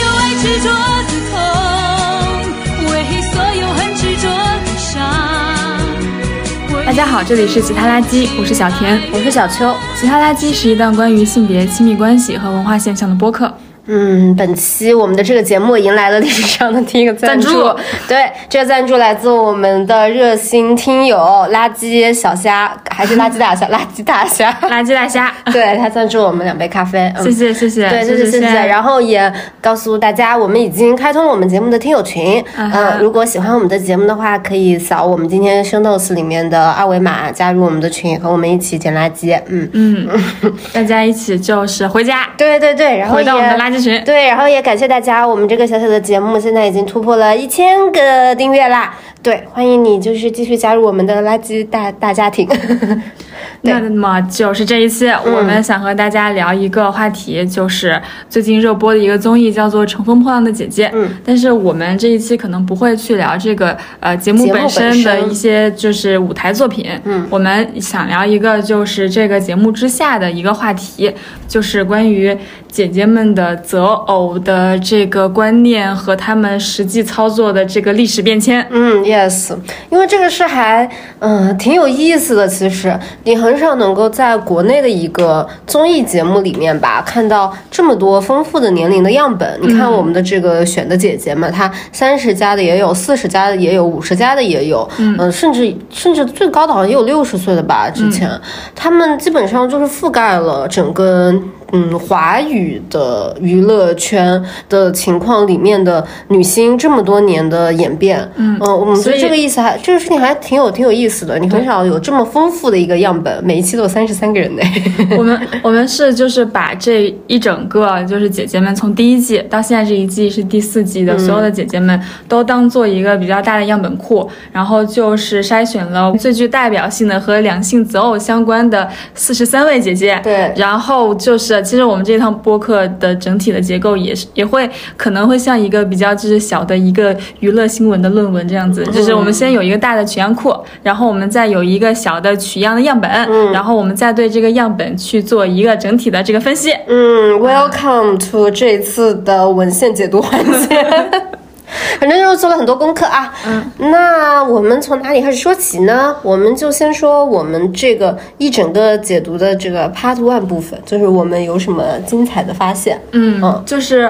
着的痛，为所有很执着的伤。大家好，这里是其他垃圾，我是小田。我是小秋。其他垃圾是一档关于性别、亲密关系和文化现象的播客。嗯，本期我们的这个节目迎来了历史上的第一个赞助，赞助对，这个赞助来自我们的热心听友垃圾小虾，还是垃圾大虾，垃圾 大虾。垃圾大虾，对他赞助我们两杯咖啡，嗯、谢谢谢谢，对，谢嗯谢谢谢。然后也告诉大家，我们已经开通我们节目的听友群，啊嗯、哈如果喜欢我们的节目的话，可以扫我们今天 show notes 里面的二维码，加入我们的群，和我们一起捡垃圾。嗯，嗯， 大家一起就是回家，对对对，然后回也到我们的垃圾 群。对，然后也感谢大家，我们这个小小的节目现在已经突破了一千个订阅啦。对，欢迎你就是继续加入我们的垃圾大大家庭。对那么就是这一期，我们想和大家聊一个话题，就是最近热播的一个综艺，叫做《乘风破浪的姐姐》。嗯，但是我们这一期可能不会去聊这个呃节目节目本身本的身一些就是舞台作品。嗯，我们想聊一个就是这个节目之下的一个话题，就是关于姐姐们的择偶的这个观念和她们实际操作的这个历史变迁。嗯，yes，因为这个事还嗯、挺有意思的，其实你很少能够在国内的一个综艺节目里面吧看到这么多丰富的年龄的样本。你看我们的这个选的姐姐们，她三十加的也有，四十加的也有，五十加的也有，嗯、甚至甚至最高的好像也有六十岁的吧。之前、他们基本上就是覆盖了整个嗯华语的娱乐圈的情况里面的女星这么多年的演变。嗯，我们所觉以得这个意思还这个事情还挺有挺有意思的。你很少有这么丰富的一个样本，每一期都有三十三个人呢。我们我们是就是把这一整个就是姐姐们从第一季到现在这一季是第四季的所有的姐姐们都当做一个比较大的样本库，然后就是筛选了最具代表性的和两性择偶相关的四十三位姐姐。对然后就是其实我们这趟播客的整体的结构也是也会可能会像一个比较就是小的一个娱乐新闻的论文这样子，就是我们先有一个大的取样库，然后我们再有一个小的取样的样本，然后我们再对这个样本去做一个整体的这个分析。嗯，Welcome to 这次的文献解读环节。 反正就是做了很多功课啊。嗯，那我们从哪里开始说起呢？我们就先说我们这个一整个解读的这个 Part One 部分，就是我们有什么精彩的发现。嗯嗯，就是。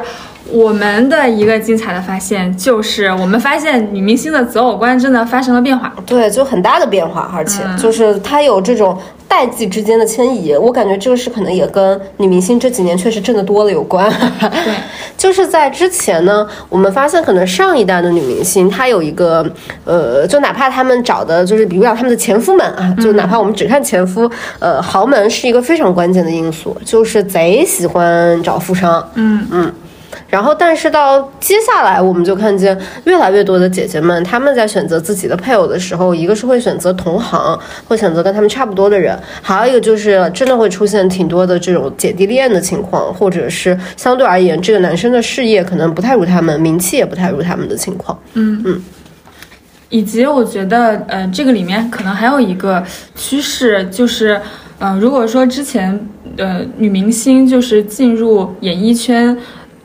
我们的一个精彩的发现就是，我们发现女明星的择偶观真的发生了变化。对，就很大的变化，而且就是它有这种代际之间的迁移，我感觉这个是可能也跟女明星这几年确实挣得多了有关。对， 就是在之前呢，我们发现可能上一代的女明星她有一个呃，就哪怕她们找的就是比不了她们的前夫们啊，就哪怕我们只看前夫，呃，豪门是一个非常关键的因素，就是贼喜欢找富商，嗯然后，但是到接下来，我们就看见越来越多的姐姐们，她们在选择自己的配偶的时候，一个是会选择同行，会选择跟她们差不多的人，还有一个就是真的会出现挺多的这种姐弟恋的情况，或者是相对而言，这个男生的事业可能不太如他们，名气也不太如他们的情况。以及我觉得，呃，这个里面可能还有一个趋势，就是，呃，如果说之前，呃，女明星就是进入演艺圈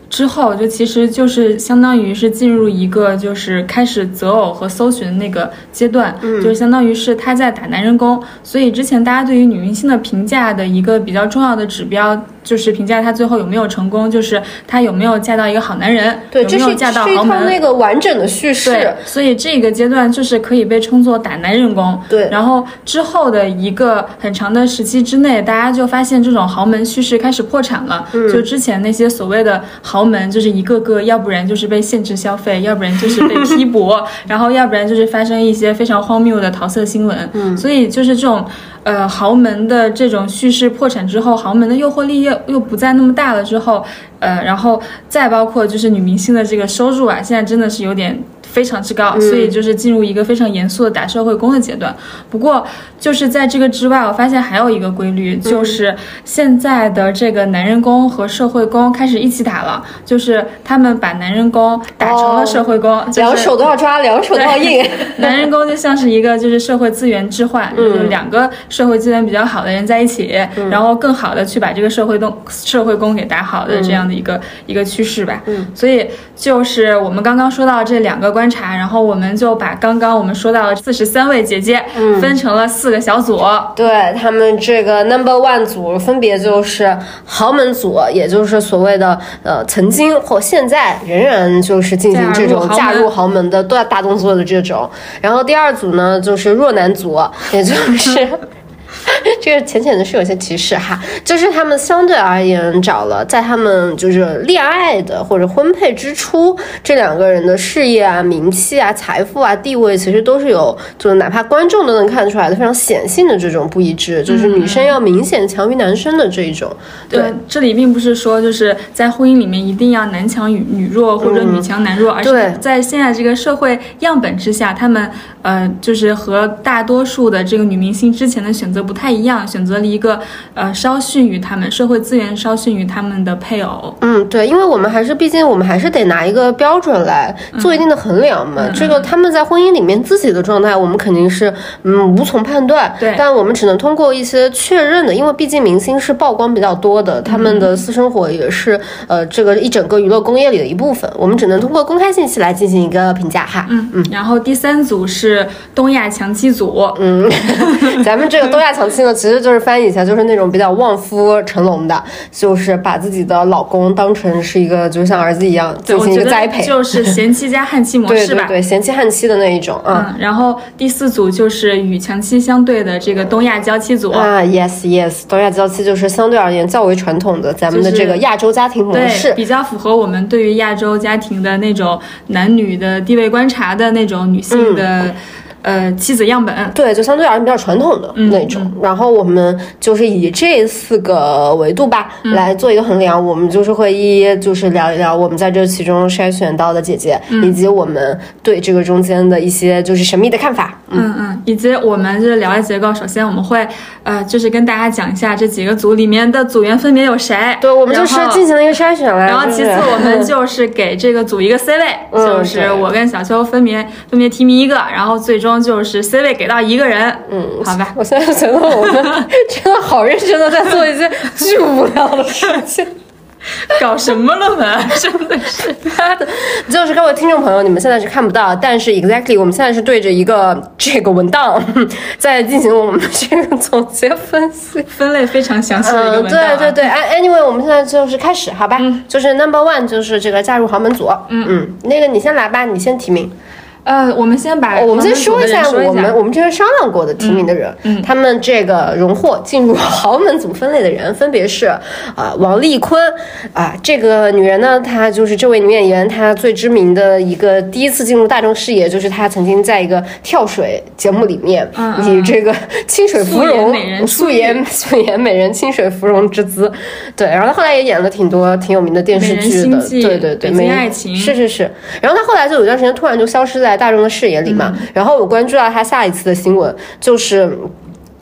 之后，就其实就是相当于是进入一个就是开始择偶和搜寻那个阶段，嗯就是相当于是她在打男人工。所以之前大家对于女明星的评价的一个比较重要的指标，就是评价她最后有没有成功，就是她有没有嫁到一个好男人，对，有这没有是嫁到是一豪套门。那个完整的叙对事。，所以这个阶段就是可以被称作打男人工。对然后之后的一个很长的时期之内，大家就发现这种豪门叙事开始破产了。就之前那些所谓的豪门，就是一个个，要不然就是被限制消费，要不然就是被批驳，然后要不然就是发生一些非常荒谬的桃色新闻。嗯，所以就是这种。呃，豪门的这种叙事破产之后，豪门的诱惑力又又不再那么大了之后，呃，然后再包括就是女明星的这个收入啊，现在真的是有点非常之高，所以就是进入一个非常严肃的打社会工的阶段。不过，就是在这个之外，我发现还有一个规律，就是现在的这个男人工和社会工开始一起打了，就是他们把男人工打成了社会工，就是两手都要抓，两手都要硬。 男人工就像是一个就是社会资源置换，就是两个社会资源比较好的人在一起，然后更好的去把这个社会动社会工给打好的这样的一个、一个趋势吧。嗯所以就是我们刚刚说到这两个观察，然后我们就把刚刚我们说到的四十三位姐姐分成了四个小组。对他们这个 number one 组分别就是豪门组，也就是所谓的呃曾经或现在仍然就是进行这种嫁入豪嫁门入豪门的大大动作的这种。然后第二组呢就是弱男组，也就是 这个浅浅的是有些歧视哈，就是他们相对而言找了在他们就是恋爱的或者婚配之初，这两个人的事业啊、名气啊、财富啊、地位，其实都是有，就是哪怕观众都能看出来的非常显性的这种不一致，就是女生要明显强于男生的这一种。对，对，呃这里并不是说就是在婚姻里面一定要男强女女弱或者女强男弱，而嗯对是在现在这个社会样本之下，他们呃就是和大多数的这个女明星之前的选择不太一样，选择了一个呃稍逊于他们社会资源稍逊于他们的配偶。嗯，对，因为我们还是，毕竟我们还是得拿一个标准来嗯做一定的衡量嘛。这个他们在婚姻里面自己的状态，我们肯定是嗯无从判断。对但我们只能通过一些确认的，因为毕竟明星是曝光比较多的，他们嗯的私生活也是呃这个一整个娱乐工业里的一部分。我们只能通过公开信息来进行一个评价哈。嗯嗯，然后第三组是东亚强妻组，嗯， 咱们这个东亚强妻呢，其实就是翻译一下，就是那种比较望夫成龙的，就是把自己的老公当成是一个就像儿子一样对进我行一觉个得栽培。就是贤妻加悍妻模对式对吧。对，贤妻悍妻的那一种啊。嗯，然后第四组就是与强妻相对的这个东亚娇妻组，啊，yes yes，东亚娇妻就是相对而言较为传统的咱们的就是这个亚洲家庭模对，式，比较符合我们对于亚洲家庭的那种男女的地位观察的那种女嗯性的、呃妻子样本。对，就相对而言比较传统的嗯那种。然后我们就是以这四个维度吧、嗯来做一个衡量，我们就是会一一就是聊一聊我们在这其中筛选到的姐姐，嗯以及我们对这个中间的一些就是神秘的看法。嗯嗯嗯，以及我们就是聊的结构，首先我们会呃，就是跟大家讲一下这几个组里面的组员分别有谁。对，我们就是然后进行了一个筛选来。然后其次对不对我们就是给这个组一个 C 位，嗯就是对我跟小秋分别分别提名一个，然后最终就是 C 位给到一个人。嗯好吧。我现在觉得我们 真的好认真的在做一些巨无聊的事情。搞什么论文？ 真的是。 就是各位听众朋友，你们现在是看不到，但是 exactly 我们现在是对着一个 这个文档 在进行我们这个总结分 析。分类非常详细的一个嗯，文档啊、嗯对对对哎，anyway，我们现在就是开始，好吧？就是 number one 就是这个嫁入豪门组。嗯嗯，那个你先来吧，你先提名。呃，我们先把哦我们先说嗯说一下我们们我们之前商量过的提名的人，他们这个荣获进入豪门组分类的人分别是啊、呃王丽坤啊、这个女人呢，她就是这位女演员，她最知名的一个第一次进入大众视野就是她曾经在一个跳水节目里面嗯嗯以这个清水芙素颜美人蓉出素狱颜素颜美人清水芙蓉之姿，对，然后她后来也演了挺多挺有名的电视剧美人的，心计对对对，北京美人爱情是是是，然后他后来就有一段时间突然就消失在大众的视野里嘛。嗯然后我关注到他下一次的新闻，就是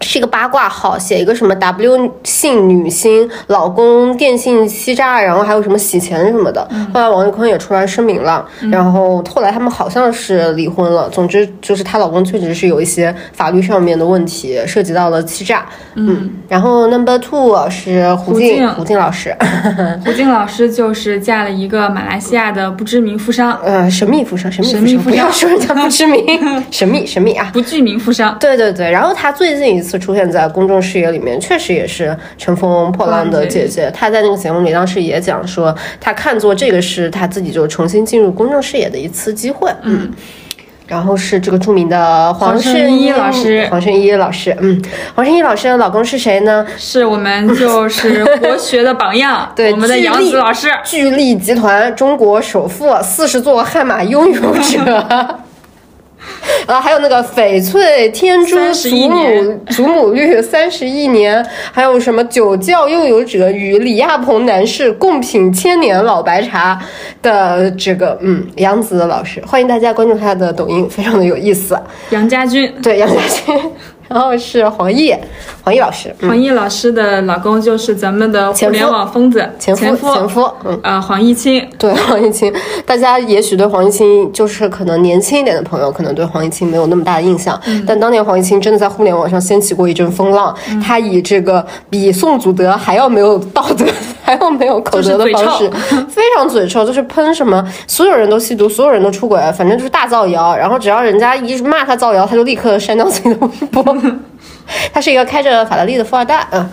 是一个八卦号，写一个什么 W 姓女星老公电信欺诈，然后还有什么洗钱什么的。嗯后来王丽坤也出来声明了，然后后来他们好像是离婚了。总之就是她老公确实是有一些法律上面的问题，涉及到了欺诈。嗯，然后 number two 是胡胡静静，胡静老师，胡静老师就是嫁了一个马来西亚的不知名富商，呃，神秘富商，神秘神秘商，富不要商说人家不知 名，神秘神秘啊。不具名富商。对对对，然后她最近一次出现在公众视野里面，确实也是乘风破浪的姐姐。她在那个节目里当时也讲说，她看作这个是她自己就重新进入公众视野的一次机会。嗯。然后是这个著名的黄黄圣圣依依老师黄圣依老师，嗯，黄圣依老师的老公是谁呢？，是我们就是国学的榜样对我们的巨杨力紫老师。巨力集团中国首富，四十座悍马拥有者。 啊，还有那个翡翠天珠31祖母年祖母绿三十一年，还有什么酒窖拥有者与李亚鹏男士共品千年老白茶的这个嗯杨紫老师，欢迎大家关注他的抖音，非常的有意思。杨家军。对杨家军， 然后是黄奕，黄奕老师，嗯，黄奕老师的老公就是咱们的前互夫联网疯子前夫夫前夫嗯呃黄毅清，对 黄一清，大家也许对黄一清就是可能年轻一点的朋友，可能对黄一清没有那么大的印象，嗯但当年黄一清真的在互联网上掀起过一阵风浪，他以这个比宋祖德还要没有道德、 还要没有口德的方 式就是，非常嘴臭，就是喷什么所有人都吸毒，所有人都出轨，反正就是大造谣，然后只要人家一骂他造谣，他就立刻 删掉自己的微博。 他是一个开着法拉利的富二代，嗯，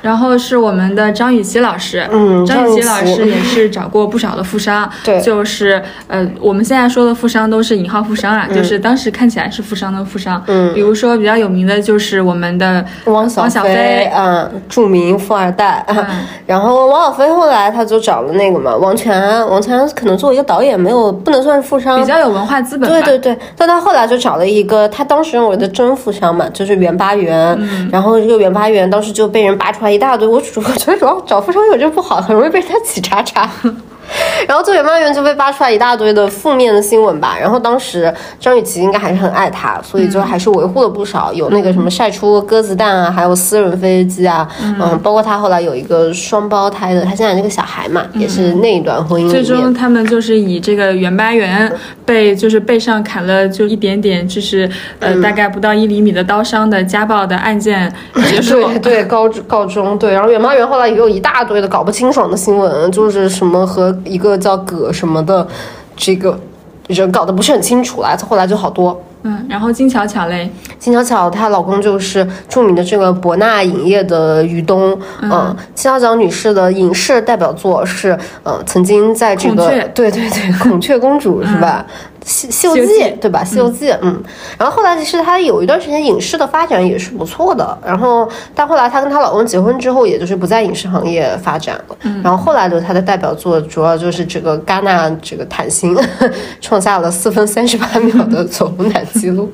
然后是我们的张雨绮老师，嗯张雨绮老张雨绮师也是找过不少的富商， 对就是呃，我们现在说的富商都是引号富商啊，嗯就是当时看起来是富商的富商，嗯，比如说比较有名的就是我们的汪小小菲，嗯，著名富二代。嗯 然后汪小菲后来他就找了那个嘛，王全安。王全安可能作为一个导演，没有不能算是富商，比较有文化资本吧，对对对，但他后来就找了一个他当时认为的真富商嘛，就是袁巴元。嗯然后这个袁巴元当时就被人扒出来一大堆，我主 我觉得主要找富商有这不好，很容易被人家起查查。 然后这袁巴元就被扒出来一大堆的负面的新闻吧。然后当时张雨绮应该还是很爱他，所嗯以就还是维护了不少，有那个什么晒出鸽子蛋啊，还有私人飞机啊，嗯包括他后来有一个双胞胎的，他现在这个小孩嘛，也是那一段婚姻嗯最里面终他们就是以这个原八元被就是背上砍了就一点点，就是呃、嗯大概不到一厘米的刀伤的家暴的案件结束。 对对，高中高中对，然后远妈园后来也有一大堆的搞不清爽的新闻，就是什么和一个叫葛什么的这个人搞得不是很清楚啦，后来就好多。嗯，然后金巧巧嘞，金巧巧她老公就是著名的这个博纳影业的于东，嗯，金巧巧女士的影视代表作是，呃，曾经在这个孔雀嗯对对对， 孔雀公主是吧？西《西游西记游》记对吧？《西游记》嗯，然后后来其实她有一段时间影视的发展也是不错的，然后但后来她跟她老公结婚之后，也就是不在影视行业发展了，嗯然后后来的她的代表作主要就是这个戛纳这个坦星， 创下了四分三十八秒的 走红毯记录。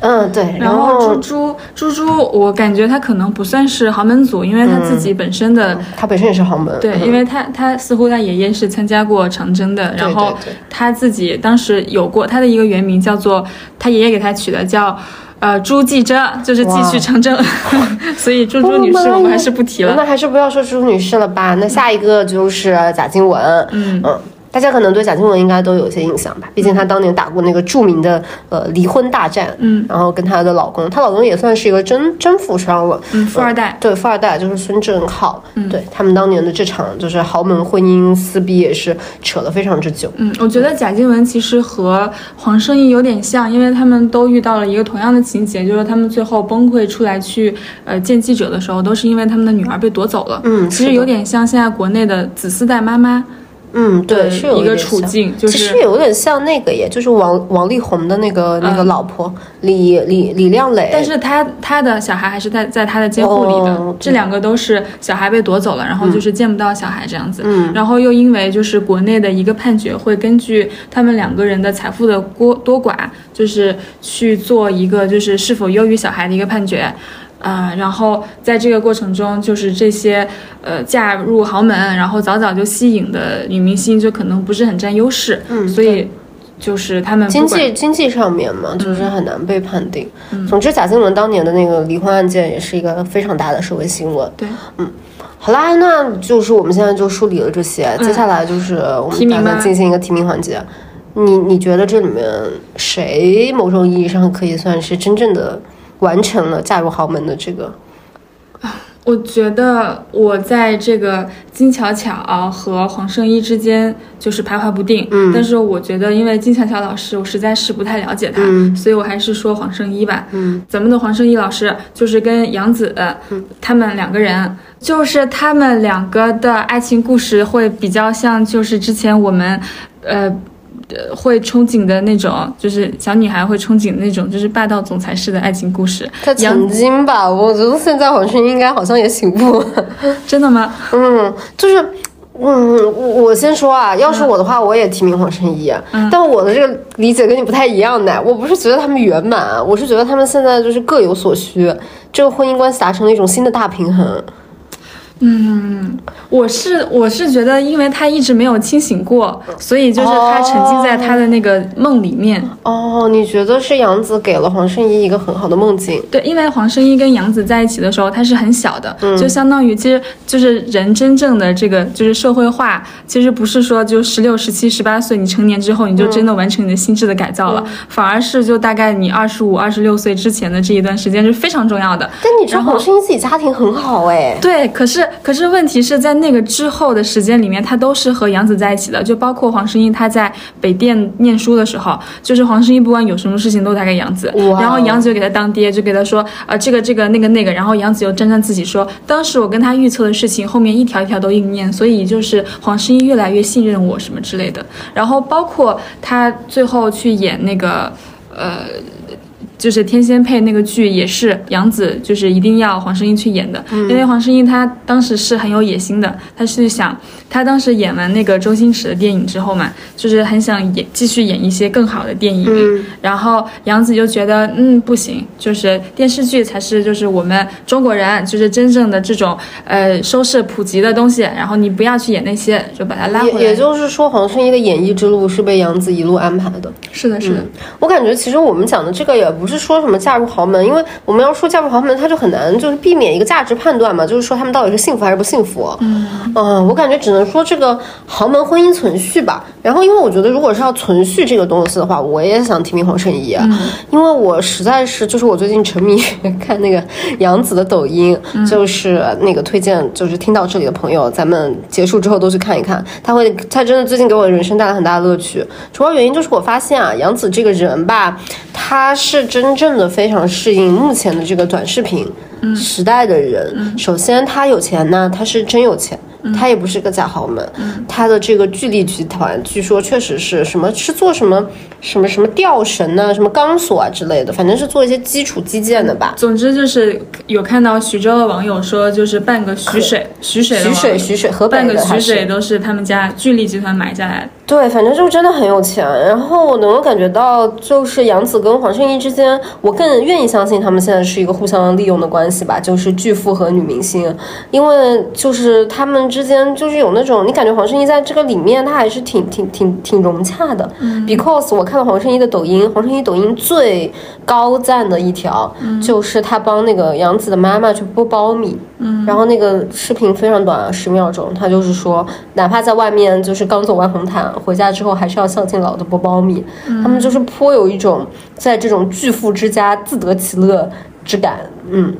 嗯，对，然然后后猪猪猪猪，我感觉他可能不算是豪门族，因为他自己嗯本身的、他本身也是豪门，嗯对，因为他他似乎他爷爷是参加过长征的，然后对对他自己当时有过他的一个原名叫做他爷爷给他取的叫。呃，朱继征就是继续哇长征， 所以猪猪女士我们还是不提了那。还是不要说朱女士了吧。那下一个就是贾静雯，嗯大家可能对贾静雯应该都有一些印象吧，毕竟她当年打过那个著名的呃离婚大战，嗯，然后跟她的老公，她老公也算是一个真真富商了，嗯，富二代，对，富二代就是孙正浩，对他们当年的这场就是豪门婚姻撕逼也是扯了非常之久，嗯，我觉得贾静雯其实和黄圣依有点像，因为他们都遇到了一个同样的情节，就是他们最后崩溃出来去呃见记者的时候，都是因为他们的女儿被夺走了。嗯其是实的有点像现在国内的子嗣代妈妈。嗯，对，对是有一个点处像境就是其实有点像那个耶，也就是王王力宏的那个那个老婆、李李李亮磊，嗯但是他他的小孩还是在在他的监护里的，哦嗯这两个都是小孩被夺走了，然后就是见不到小孩这样子。嗯，然后又因为就是国内的一个判决会根据他们两个人的财富的多多寡，就是去做一个就是是否优于小孩的一个判决。啊、然后在这个过程中，就是这些呃嫁入豪门，然后早早就吸引的女明星，就可能不是很占优势，嗯，所以就是他们不经管嗯济经济上面嘛，就是很难被判定。总之，贾静雯当年的那个离婚案件也是一个非常大的社会新闻。对好啦，那就是我们现在就梳理了这些，接下来就是我嗯提们名打算吗进行一个提名环节。你你觉得这里面谁某种意义上可以算是真正的完成了嫁入豪门的这个？我觉得我在这个金巧巧和黄圣依之间就是徘徊不定，嗯，但是我觉得因为金巧巧老师我实在是不太了解她，所以我还是说黄圣依吧，嗯，咱们的黄圣依老师就是跟杨紫、他们两个人，就是他们两个的爱情故事会比较像，就是之前我们，呃。呃会憧憬的那种，就是小女孩会憧憬的那种，就是霸道总裁式的爱情故事。他杨曾经吧，我觉得现在黄轩应该好像也醒悟了。真的吗？嗯，就是嗯，我我先说啊，要嗯是我的话，我也提名黄圣依，但我的这个理解跟你不太一样的。我不是觉得他们圆满，啊我是觉得他们现在就是各有所需，这个婚姻关系达成了一种新的大平衡。我是我是觉得，因为他一直没有清醒过，所以就是他沉浸在他的那个梦里面。哦，你觉得是杨紫给了黄圣依一个很好的梦境？对，因为黄圣依跟杨紫在一起的时候，她是很小的，就相当于其实就是人真正的这个就是社会化，其实不是说就十六、十七、十八岁你成年之后你就真的完成你的心智的改造了，反而是就大概你二十五、二十六岁之前的这一段时间是非常重要的。但你知道黄圣依自己家庭很好哎，对，可是可是问题是在那个之后的时间里面，她都是和杨紫在一起的，就包括黄圣依她在北电念书的时候，就是黄圣依不管有什么事情都打给杨紫，哇然后杨紫就给她当爹，就给她说呃这个这个那个那个，然后杨紫又沾沾自喜说，当时我跟她预测的事情后面一条一条都应验，所以就是黄圣依越来越信任我什么之类的，然后包括她最后去演那个呃。就是《天仙配》那个剧也是杨紫，就是一定要黄圣依去演的，嗯因为黄圣依她当时是很有野心的，她是想，她当时演完那个周星驰的电影之后嘛，就是很想演继续演一些更好的电影，嗯然后杨紫就觉得，嗯，不行，就是电视剧才是就是我们中国人啊就是真正的这种呃收视普及的东西，然后你不要去演那些，就把它拉回也来。也就是说黄圣依的演艺之路是被杨紫一路安排的。是的，是的，我感觉其实我们讲的这个也不是说什么嫁入豪门，因为我们要说嫁入豪门，它就很难就是避免一个价值判断嘛，就是说他们到底是幸福还是不幸福。嗯，我感觉只能说这个豪门婚姻存续吧。然后，因为我觉得如果是要存续这个东西的话，我也想提名黄圣依，啊因为我实在是就是我最近沉迷 看那个杨紫的抖音，就是那个推荐，就是听到这里的朋友，咱们结束之后都去看一看，他会他真的最近给我人生带来很大的乐趣。主要原因就是我发现啊，杨紫这个人吧，她是真正的非常适应目前的这个短视频时代的人。首先，她有钱呢，她是真有钱。她也不是个假豪门，她的这个聚力集团据说确实是什么是做什么什么什么吊绳呐、什么钢索啊之类的，反正是做一些基础基建的吧。总之就是有看到徐州的网友说，就是半个徐水，徐水的徐网友水，徐水，河北半的个还徐是水都是他们家聚力集团买下来的。对，反正就真的很有钱。然后我能够感觉到，就是杨紫跟黄圣依之间，我更愿意相信他们现在是一个互相利用的关系吧，就是巨富和女明星。因为就是他们之间就是有那种，你感觉黄圣依在这个里面，她还是挺挺挺挺融洽的。Because 我看到黄圣依的抖音，黄圣依抖音最高赞的一条、嗯就是她帮那个杨紫的妈妈去剥苞米。嗯然后那个视频非常短，啊十秒钟，他就是说，哪怕在外面就是刚走完红毯，回家之后还是要孝敬老的剥苞米。嗯他们就是颇有一种在这种巨富之家自得其乐之感。嗯，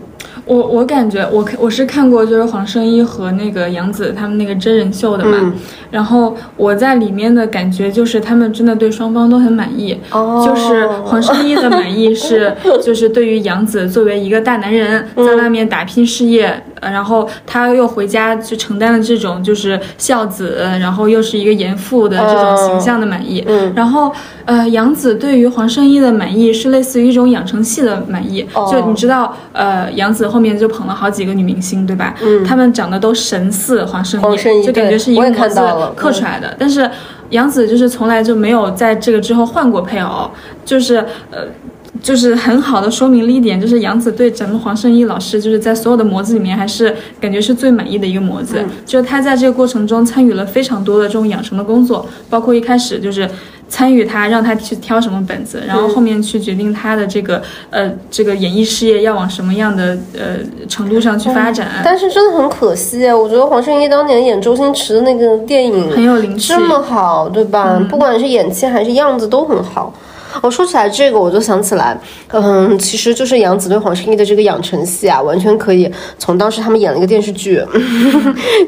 我我感觉我看我是看过就是黄圣依和那个杨紫他们那个真人秀的嘛，嗯然后我在里面的感觉就是他们真的对双方都很满意，哦就是黄圣依的满意 是就是对于杨紫作为一个大男人嗯在外面打拼事业，呃然后他又回家去承担了这种就是孝子，呃然后又是一个严父的这种形象的满意，嗯然后呃杨紫对于黄圣依的满意是类似于一种养成系的满意，哦就你知道呃杨紫后面就捧了好几个女明星对吧？嗯，她们长得都神似黄圣依，黄圣依就感对觉是一我个也模看子到了嗯刻出来的，但是。杨紫就是从来就没有在这个之后换过配偶，就是呃，就是很好的说明了一点，就是杨紫对咱们黄圣依老师，就是在所有的模子里面，还是感觉是最满意的一个模嗯子。就她在这个过程中参与了非常多的这种养成的工作，包括一开始就是参与她，让她去挑什么本子，嗯然后后面去决定她的这个呃这个演艺事业要往什么样的呃程度上去发展。哦但是真的很可惜，啊我觉得黄圣依当年演周星驰的那个电影很有灵气这么好，对吧？不管是演技还是样子都很好。我说起来这个，我就想起来，嗯，其实就是杨紫对黄圣依的这个养成系啊，完全可以从当时他们演了一个电视剧，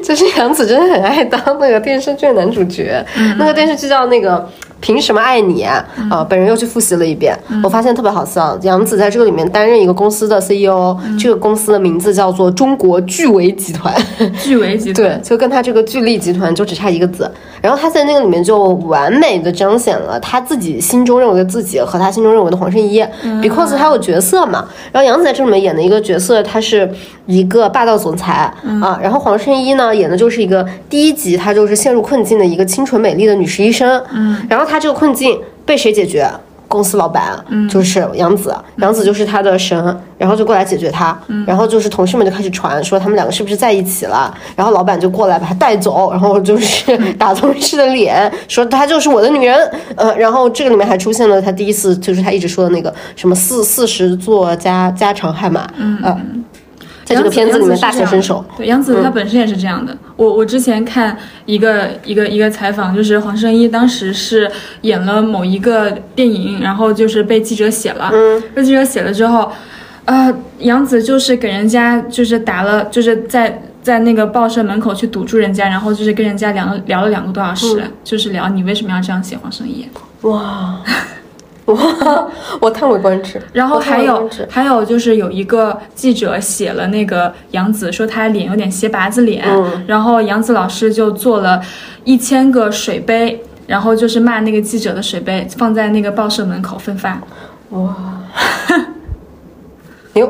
就是杨紫真的很爱当那个电视剧的男主角，那个电视剧叫那个。凭什么爱你啊、呃本人又去复习了一遍，我发现特别好笑。杨紫在这个里面担任一个公司的 CEO，、这个公司的名字叫做中国巨维集团。巨维集团，对，就跟他这个巨力集团就只差一个字。然后他在那个里面就完美的彰显了他自己心中认为的自己和他心中认为的黄圣依、b e c a u s e 他有角色嘛。然后杨紫在这里面演的一个角色，她是一个霸道总裁、嗯啊，然后黄圣依呢演的就是一个第一集她就是陷入困境的一个清纯美丽的女实习生，嗯，然后她这个困境被谁解决？公司老板，嗯，就是杨紫，杨紫就是她的神，然后就过来解决她，然后就是同事们就开始传说他们两个是不是在一起了，然后老板就过来把她带走，然后就是 打同事的脸，说她就是我的女人，呃，然后这个里面还出现了她第一次就是她一直说的那个什么四四十座加加长悍马，嗯、呃，在这个片子里面大显身手，嗯对，杨紫她本身也是这样的。我我之前看一个一个一个采访，就是黄圣依当时是演了某一个电影，然后就是被记者写了，嗯被记者写了之后，呃，杨紫就是给人家就是打了，就是在。在那个报社门口去堵住人家，然后就是跟人家聊了聊了两个多小时，嗯就是聊你为什么要这样写黄圣依。哇，哇， 我叹为观止。然后我叹还为有观止还有就是有一个记者写了那个杨紫说她脸有点斜拔子脸，嗯然后杨紫老师就做了一千个水杯，然后就是骂那个记者的水杯放在那个报社门口分发，牛，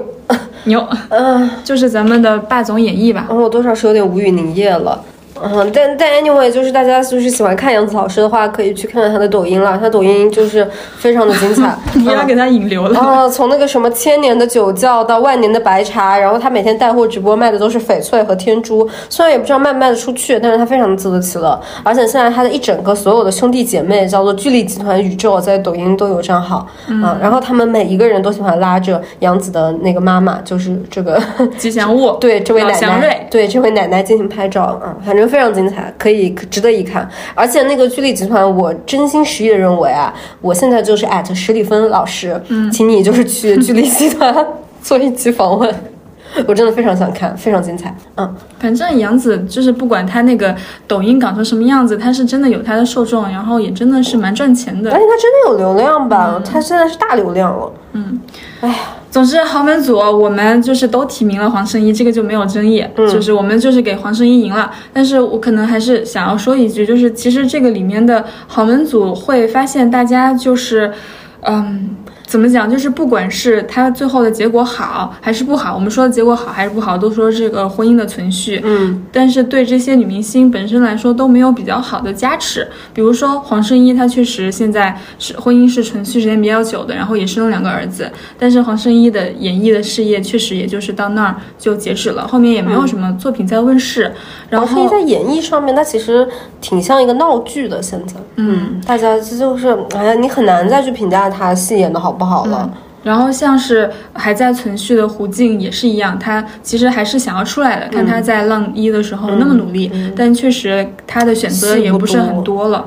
牛，嗯、 就是咱们的霸总演 绎吧。然后我多少是有点无语凝噎了。嗯，但但 anyway，就是大家就是喜欢看杨紫老师的话，可以去看看她的抖音啦，她抖音就是非常的精彩。你要给他引流了，啊，从那个什么千年的酒窖到万年的白茶，然后她每天带货直播卖的都是翡翠和天珠，虽然也不知道卖不卖得出去，但是她非常的自得其乐。而且现在她的一整个所有的兄弟姐妹叫做聚力集团宇宙，在抖音都有账号、啊，然后他们每一个人都喜欢拉着杨紫的那个妈妈，就是这个吉祥物，对这位老奶祥奶瑞，，对这位奶奶进行拍照，嗯，反正非常精彩，可以可值得一看。而且那个聚力集团，我真心实意的认为啊，我现在就是艾特史蒂芬老师，嗯，请你就是去聚力集团做一期访问， 我真的非常想看，非常精彩，嗯，反正杨紫就是不管她那个抖音搞成什么样子，她是真的有她的受众，然后也真的是蛮赚钱而的。且他真的有流量吧？他现在是大流量了，总之，豪门组我们就是都提名了黄圣依，这个就没有争议，就是我们就是给黄圣依赢了。但是我可能还是想要说一句，就是其实这个里面的豪门组会发现大家就是，嗯。怎么讲？就是不管是他最后的结果好还是不好，我们说的结果好还是不好，都说这个婚姻的存续，嗯，但是对这些女明星本身来说都没有比较好的加持。比如说黄圣依，她确实现在是婚姻是存续时间比较久的，然后也生了两个儿子，但是黄圣依的演艺的事业确实也就是到那儿就截止了，后面也没有什么作品在问世。然然后后哦在演绎上面，他其实挺像一个闹剧的，现在，嗯，大家这就是，哎呀，你很难再去评价他戏演的好不好了。然后像是还在存续的胡静也是一样，她其实还是想要出来的。看她在浪一的时候那么努力，但确实她的选择嗯也不是很多了。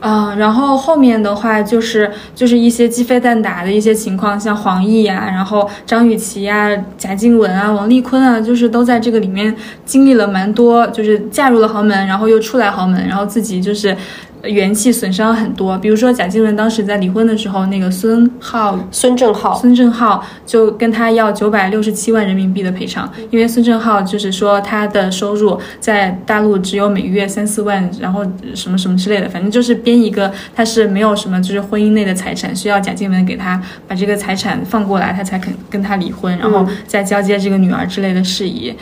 啊、然后后面的话就是就是一些鸡飞蛋打的一些情况，像黄奕呀、然后张雨绮呀、贾静雯啊、王丽坤啊，就是都在这个里面经历了蛮多，就是嫁入了豪门，然后又出来豪门，然后自己就是元气损伤很多。比如说贾静雯当时在离婚的时候，那个孙浩孙正浩，孙正浩就跟他要九百六十七万人民币的赔偿，因为孙正浩就是说他的收入在大陆只有每月三四万，然后什么什么之类的，反正就是编一个他是没有什么就是婚姻内的财产，需要贾静雯给他把这个财产放过来，他才肯跟他离婚，然后再交接这个女儿之类的事宜。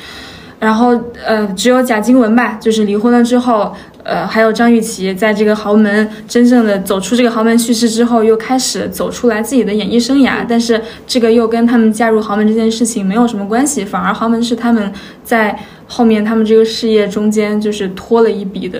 然后呃，只有贾静雯吧，就是离婚了之后，呃，还有张雨绮在这个豪门真正的走出这个豪门叙事之后，又开始走出来自己的演艺生涯。但是这个又跟他们嫁入豪门这件事情没有什么关系，反而豪门是他们在后面他们这个事业中间就是拖了一笔的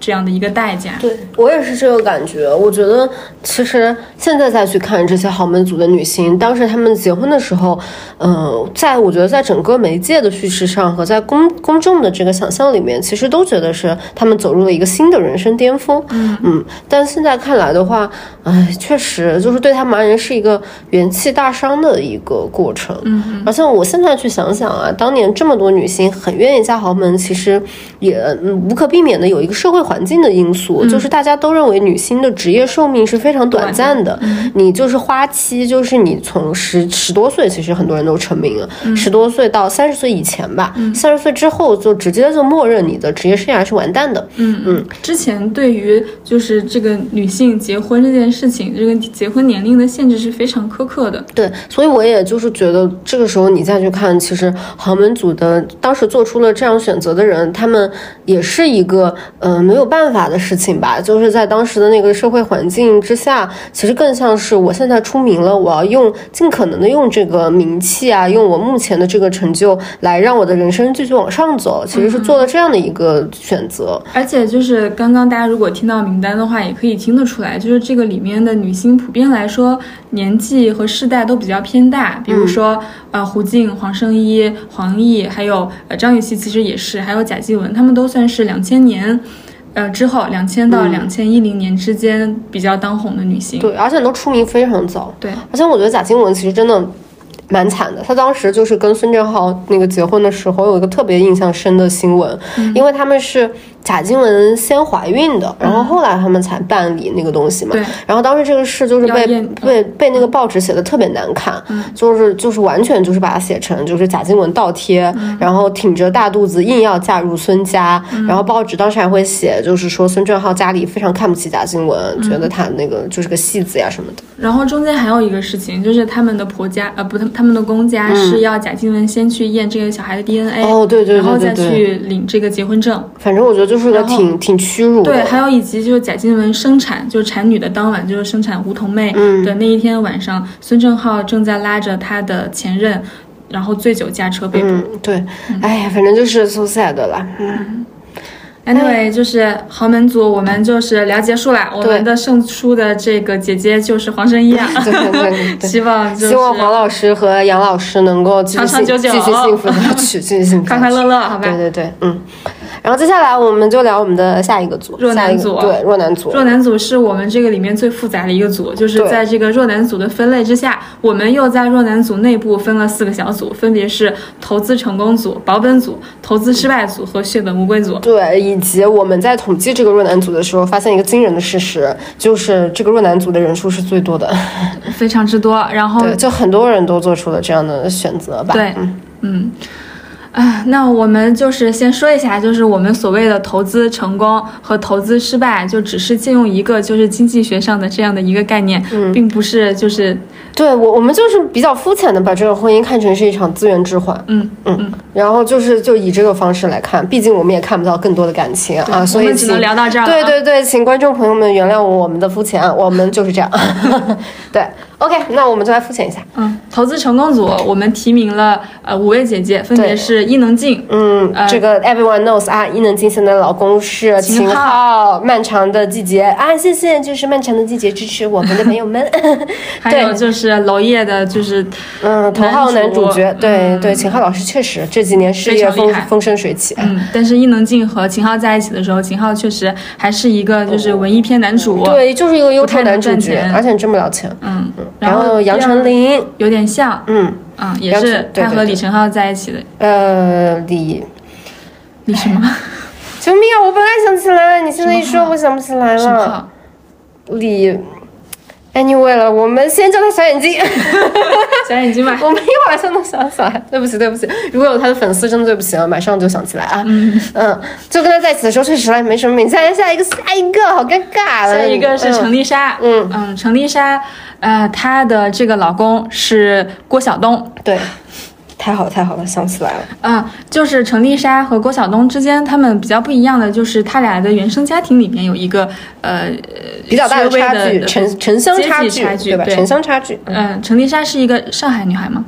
这样的一个代价。对我也是这个感觉。我觉得其实现在再去看这些豪门族的女星，当时她们结婚的时候，嗯、在我觉得在整个媒介的叙事上和在公公众的这个想象里面，其实都觉得是她们走入了一个新的人生巅峰。嗯但现在看来的话，哎，确实就是对她们而言是一个元气大伤的一个过程。嗯，而且我现在去想想啊，当年这么多女星很愿意嫁豪门，其实也嗯无可避免的有一个社会环境的因素，就是大家都认为女星的职业寿命是非常嗯短暂的，嗯你就是花期，就是你从十十多岁，其实很多人都成名了，十多岁到三十岁以前吧，三十岁之后就直接就默认你的职业生涯是完蛋的，嗯嗯，之前对于就是这个女性结婚这件事情，这个结婚年龄的限制是非常苛刻的。对，所以我也就是觉得这个时候你再去看，其实豪门组的当时做出了这样选择的人，他们也是一个嗯、呃没有办法的事情吧，就是在当时的那个社会环境之下，其实更像是我现在出名了，我要用尽可能的用这个名气啊，用我目前的这个成就来让我的人生继续往上走，其实是做了这样的一个选择。而且就是刚刚大家如果听到名单的话，也可以听得出来，就是这个里面的女星普遍来说年纪和世代都比较偏大，比如说、嗯呃胡静、黄圣依、黄奕，还有呃张雨绮，其实也是，还有贾静雯，她们都算是两千年。呃，之后两千到两千一零年之间比较当红的女星，嗯对，而且都出名非常早。对而且我觉得贾静雯其实真的蛮惨的，她当时就是跟孙正浩那个结婚的时候，有一个特别印象深的新闻，嗯因为他们是贾静雯先怀孕的，然后后来他们才办理那个东西嘛。嗯对然后当时这个事就是被要验嗯被被那个报纸写的特别难看，就是就是完全就是把它写成就是贾静雯倒贴，嗯然后挺着大肚子硬要嫁入孙家，然后报纸当时还会写就是说孙正浩家里非常看不起贾静雯，嗯觉得她那个就是个戏子呀什么的。然后中间还有一个事情，就是他们的婆家，呃，不，他他们的公家是要贾静雯先去验这个小孩的 DNA，嗯哦对对对对然后再对去领这个结婚证。反正我觉得就是个然后挺挺屈辱的。对，还有以及就是贾静雯生产，就是产女的当晚，就是生产胡同妹嗯的那一天晚上，孙正浩正在拉着他的前任，然后醉酒驾车被捕。嗯，对，哎呀，反正就是 so sad 了。 嗯， anyway，就是豪门组，我们就是聊结束啦。我对们的胜出的这个姐姐就是黄圣依啊，对对对对希望 就是希望黄老师和杨老师能够继续长长幸久久继续幸福下去，继续幸 福，快快乐。乐，好吧？对对对，嗯。然后接下来我们就聊我们的下一个组，弱男下一个组对弱男组，弱男组是我们这个里面最复杂的一个组，就是对在这个弱男组的分类之下，我们又在弱男组内部分了四个小组，分别是投资成功组、保本组、投资失败组和血本无归组。对，以及我们在统计这个弱男组的时候，发现一个惊人的事实，就是这个弱男组的人数是最多的，非常之多。然后对，就很多人都做出了这样的选择哦吧，对嗯，嗯。啊，那我们就是先说一下，就是我们所谓的投资成功和投资失败，就只是借用一个就是经济学上的这样的一个概念，嗯并不是就是对我我们就是比较肤浅的把这个婚姻看成是一场资源置换，嗯嗯，然后就是就以这个方式来看，毕竟我们也看不到更多的感情啊，所我以们只能请聊到这儿了对啊对对，请观众朋友们原谅我们的肤浅，啊我们就 是这样。对，OK，那我们就来肤浅一下。嗯，投资成功组我们提名了呃五位姐姐，分别对是伊能静，嗯，呃这个 everyone knows 啊，伊能静现在的老公是秦秦昊昊，《漫长的季节》啊，谢谢，就是《漫长的季节》支持我们的朋友们。 还对有就是娄烨的，就是嗯嗯，头号男主角，主对对，秦昊老师确实这几年事非业常厉风害风生水起。嗯，但是伊能静和秦昊在一起的时候，秦昊确实还是一个就是文艺片男主，，对，就是一个忧不愁太能男主赚角钱，而且挣不了钱。嗯，然后杨第二丞琳，有点像，嗯，嗯，也杨丞是对他对和对李承浩在一起的，呃，李，李什么？救命啊！我本来想起来了，你现在一说，我想不起来什 么了。浩？李，anyway 了，我们先叫他小眼 睛，小眼睛吧。我们一会儿就能想起来。对不起，对不起，如果有他的粉丝，真的对不起啊，马上就想起来啊。嗯就跟他在一起的时候，确实来没什么名。下来下一个，下一个，好尴尬。下一个是程丽，丽莎，嗯嗯，程丽莎，呃，她的这个老公是郭晓东，对，太好了太好了，想起来了。嗯，就是程丽莎和郭晓东之间，他们比较不一样的就是他俩的原生家庭里面有一个呃比较大的稍微差的距，城城乡阶级差差距，距对吧？对城乡差距。嗯，嗯，程丽莎是一个上海女孩嘛，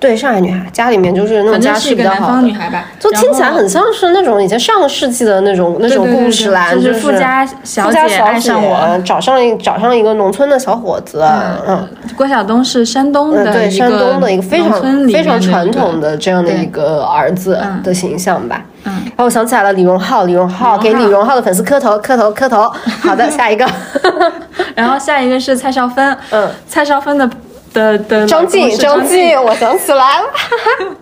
对，上海女孩家里面就是那种反家正是世一比个较南好方女的。孩吧，就听起来然后很像是那种以前上个世纪的那种那种对对对故事啦，对就就是富家小富家姐小爱上我找上一找上一个农村的小伙子，嗯，呃郭晓东是山东嗯的一个对，山东的一个非常农村里面非常的一个传统的这样的对一个儿子的形象吧。嗯然后我想起来了，李荣浩，李荣浩李给荣李浩荣浩的粉丝磕头，磕头，磕头。好的，下一个，然后下一个是蔡少芬， 嗯，蔡少芬的的的张老公晋，是张张晋，我想起来了，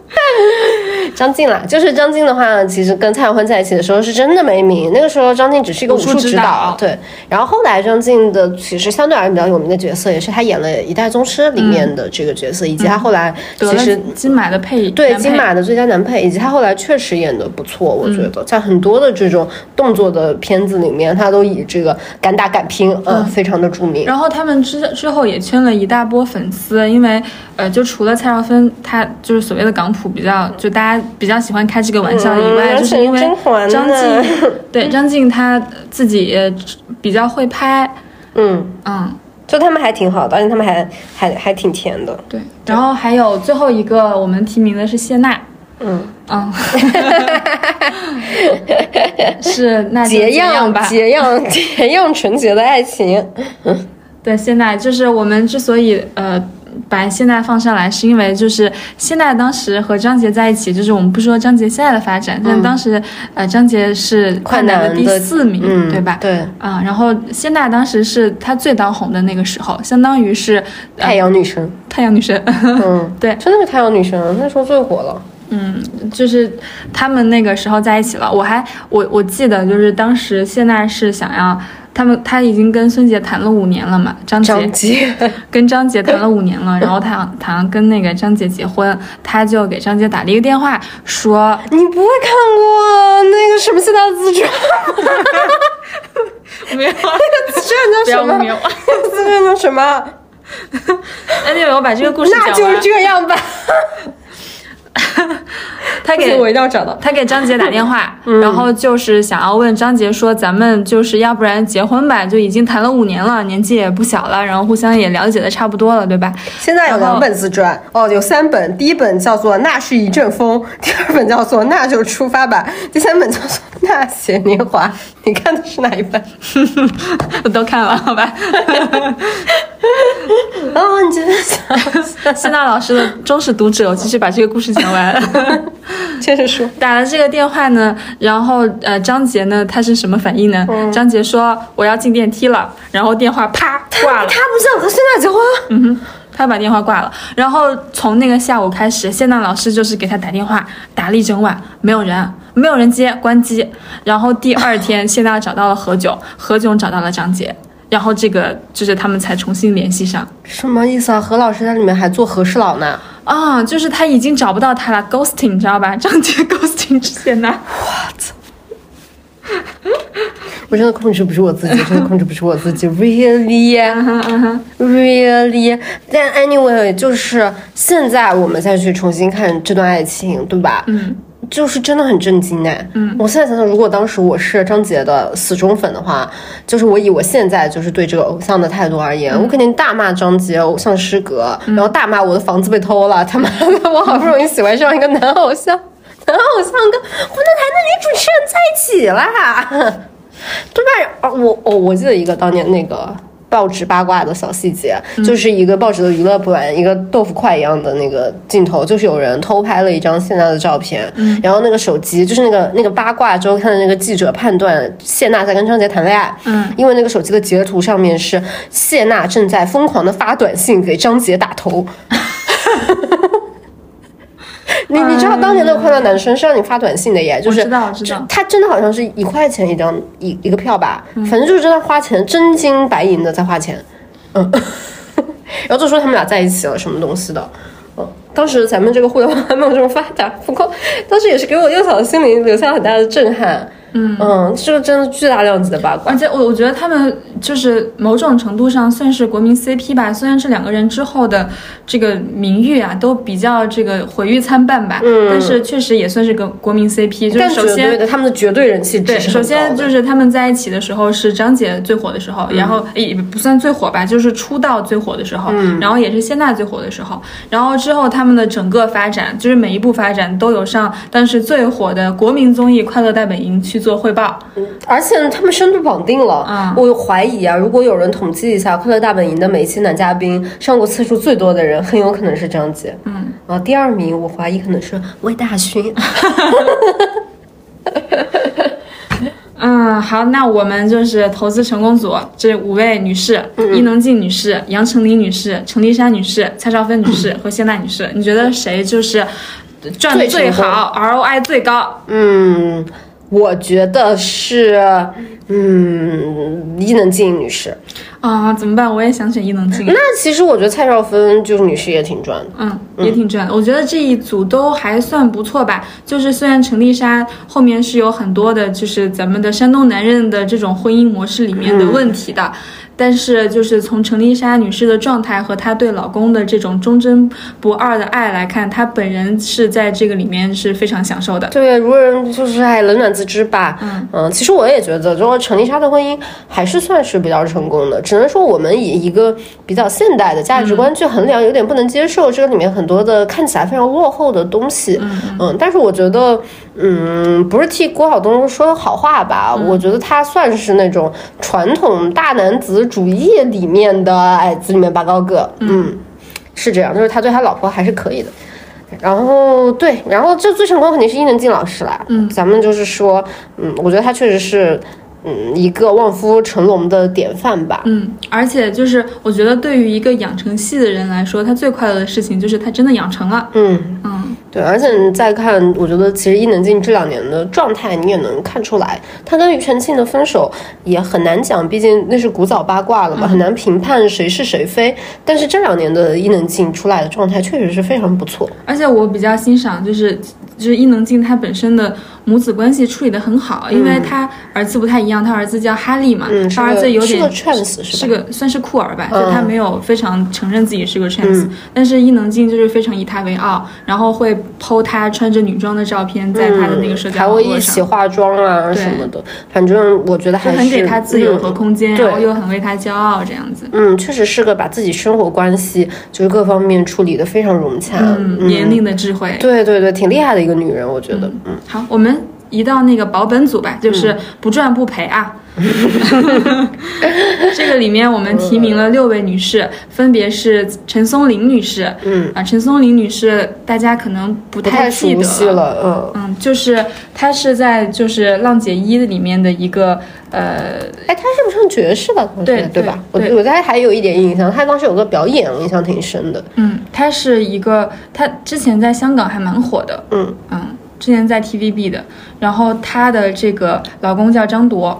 张晋啦，就是张晋的话，其实跟蔡徐坤在一起的时候是真的没名，那个时候张晋只是一个武武术术指指导导，对。然后后来张晋的其实相对而言比较有名的角色，也是他演了《一代宗师》里面的这个角色，以及他后来嗯得其实了金马的配对男配金马的最佳男配，以及他后来确实演的不错，我嗯觉得、在很多的这种动作的片子里面，他都以这个敢打敢拼，嗯，非常的著名。然后他们之之后也圈了一大波粉丝，因为呃，就除了蔡少芬，她就是所谓的港普比较，就大家比较喜欢开这个玩笑以外，嗯就是因为真环张呢晋， 对张晋她自己也比较会拍，嗯，嗯，就他们还挺好的，而且他们还还还挺甜的，对。然后还有最后一个我们提名的是谢娜，嗯。嗯， 是那就结这样样吧，结样结样纯洁的爱情，对，谢娜就是我们之所以呃把谢娜放上来，是因为就是谢娜当时和张杰在一起，就是我们不说张杰现在的发展，但当时呃张杰是快男的嗯男第的四名，嗯，对吧？对，啊、然后谢娜当时是她最当红的那个时候，相当于是太阳女神，太阳女神， 嗯，对真的是太阳女神，那时候最火了，就是他们那个时候在一起了。我还我我记得就是当时谢娜是想要他们，她已经跟孙杰谈了五年了嘛，张杰张杰，跟张杰谈了五年了，然后他想他想跟那个张杰结婚，他就给张杰打了一个电话，说 你不会看过那个什么《四大自传》？ 没有，自传不要叫什污么？蔑我。 自传叫什么？ anyway，我把这个故事那讲就是完。这样吧。他不给行我一嗯定要找到。他给张杰打电话， 然后就是想要问张杰说，咱们就是要不然结婚吧，就已经谈了五年了，年纪也不小了，然后互相也了解的差不多了，对吧？ 现在有两本自传，哦，有三本。第一本叫做《那是一阵风》，第二本叫做《那就出发吧》，第三本叫做《那些年华》。你看的是哪一本？我都看了，好吧。 哦，你真的想， 谢娜老师的忠实读者，我继续把这个故事讲完。接着说。打了这个电话呢，然后呃，张杰呢，他是什么反应呢？张杰说我要进电梯了，然后电话啪挂 了，不想和谢娜结婚？嗯哼，他把电话挂了。然后从那个下午开始，谢娜老师就是给他打电话，打了一整晚，没有人，啊没有人接，关机。然后第二天，谢娜找到了何炅，何炅找到了张杰，然后这个就是他们才重新联系上。什么意思啊？何老师在里面还做和事佬呢？啊、就是他已经找不到他了，ghosting，你知道吧？张杰 ghosting 谢娜。我真的控制不住我自己，真的控制不住我自己 ，really，really。但 anyway，就是现在我们再去重新看这段爱情，对吧？嗯。就是真的很震惊哎！嗯，我现在想想，如果当时我是张杰的死忠粉的话，就是我以我现在就是对这个偶像的态度而言，我肯定大骂张杰偶像失格，然后大骂我的房子被偷了，他妈的，我好不容易喜欢上一个男偶像，男偶像跟湖南台的女主持人在一起啦。对吧？哦，我我我记得一个当年那个报纸八卦的小细节，就是一个报纸的娱乐版，一个豆腐块一样的那个镜头，就是有人偷拍了一张谢娜的照片，然后那个手机就是那个那个八卦周刊的那个记者判断谢娜在跟张杰谈恋爱，嗯，因为那个手机的截图上面是谢娜正在疯狂的发短信给张杰打头。你你知道当年那个快乐男生是让你发短信的耶，就是嗯我知道我知道就他真的好像是一块钱一张一一个票吧，嗯反正就是真的花钱，真金白银的在花钱，嗯， 然后就说他们俩在一起了什么东西的，嗯，当时咱们这个互联网还没有这么发达，不过当时也是给我幼小的心灵留下很大的震撼，嗯嗯，这个真的巨大量级的八卦而，且我我觉得他们就是某种程度上算是国民 CP 吧，虽然这两个人之后的这个名誉啊都比较这个毁誉参半吧，但是确实也算是个国民 CP。就嗯但是首绝对先的，他们的绝对人气值对，是很首先高的嗯就是他们在一起的时候是张杰最火的时候，然后也不算最火吧，就是出道最火的时候，嗯然后也是谢娜最火的时候，然后之后他们的整个发展，就是每一步发展都有上，但是最火的国民综艺《快乐大本营》去做汇报，而且他们深度绑定了，嗯我怀疑啊，如果有人统计一下《快乐大本营》的每一期男嘉宾上过次数最多的人，很有可能是张杰。嗯，啊，第二名我怀疑可能 是魏大勋。嗯，好，那我们就是投资成功组这五位女士：嗯伊能静女士、杨丞琳女士、程丽莎女士、蔡少芬女士和谢娜女士。你觉得谁就是赚的嗯最最成功好，ROI 最高。嗯，我觉得是，嗯，伊能静女士。啊，怎么办？我也想选伊能静。那其实我觉得蔡少芬就是女士也挺赚的。嗯，也挺赚的。我觉得这一组都还算不错吧。就是虽然陈丽莎后面是有很多的，就是咱们的山东男人的这种婚姻模式里面的问题的，但是就是从陈丽莎女士的状态和她对老公的这种忠贞不二的爱来看，她本人是在这个里面是非常享受的。对，如人就是还冷暖自知吧。嗯其实我也觉得，就是陈丽莎的婚姻还是算是比较成功的，只能说我们以一个比较现代的价值观去衡量，有点不能接受这个里面很多的看起来非常落后的东西。嗯，但是我觉得，嗯，不是替郭晓东说好话吧？我觉得他算是那种传统大男子主义里面的矮子里面拔高个。嗯是这样，就是他对他老婆还是可以的。然后对，然后这最成功肯定是伊能静老师啦。嗯，咱们就是说，嗯，我觉得他确实是，嗯，一个望夫成龙的典范吧。嗯，而且就是我觉得对于一个养成系的人来说，他最快乐的事情就是他真的养成了。嗯，嗯，对，而且你再看，我觉得其实伊能静这两年的状态，你也能看出来，她跟庾澄庆的分手也很难讲，毕竟那是古早八卦了嗯嘛，很难评判谁是谁非。但是这两年的伊能静出来的状态确实是非常不错。而且我比较欣赏就是就是伊能静她本身的母子关系处理得很好，因为她儿子不太一样，她儿子叫哈利嘛，嗯，是她儿个子有是个点 trans 是吧？是个算是酷儿吧，嗯就他没有非常承认自己是个 trans，、但是伊能静就是非常以他为傲，然后会剖她穿着女装的照片在她的那个社嗯还交网会络一起上，化妆啊对什么的，反正我觉得还就是很给她自由和嗯空间，对然后又很为她骄傲这样子，嗯，确实是个把自己生活关系就是各方面处理的非常融洽，嗯，年龄的智慧。对对对，挺厉害的一个女人，我觉得，嗯，好，我们移到那个保本组吧，就是不赚不赔啊。 这个里面我们提名了六位女士，分别是陈松伶女士，嗯啊，陈松伶女士大家可能不不太记熟得悉了，嗯，嗯，就是她是在就是《浪姐一》里面的一个呃，哎，她是不是唱爵士的？同学对对吧？我对对我对她还有一点印象，她当时有个表演，我印象挺深的，嗯，她是一个，她之前在香港还蛮火的，嗯嗯，之前在 TVB 的，然后她的这个老公叫张铎，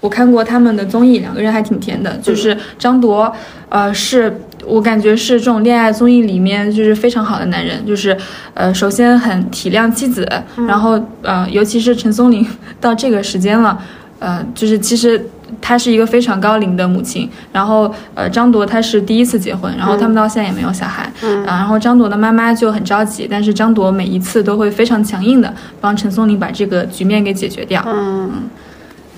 我看过他们的综艺，两个人还挺甜的。就是张铎，呃，是我感觉是这种恋爱综艺里面就是非常好的男人，就是呃，首先很体谅妻子，然后呃，尤其是陈松伶 到这个时间了，呃，就是其实。她是一个非常高龄的母亲，然后呃，张铎她是第一次结婚，然后他们到现在也没有小孩，嗯、然后张铎的妈妈就很着急，但是张铎每一次都会非常强硬的帮陈松伶把这个局面给解决掉，嗯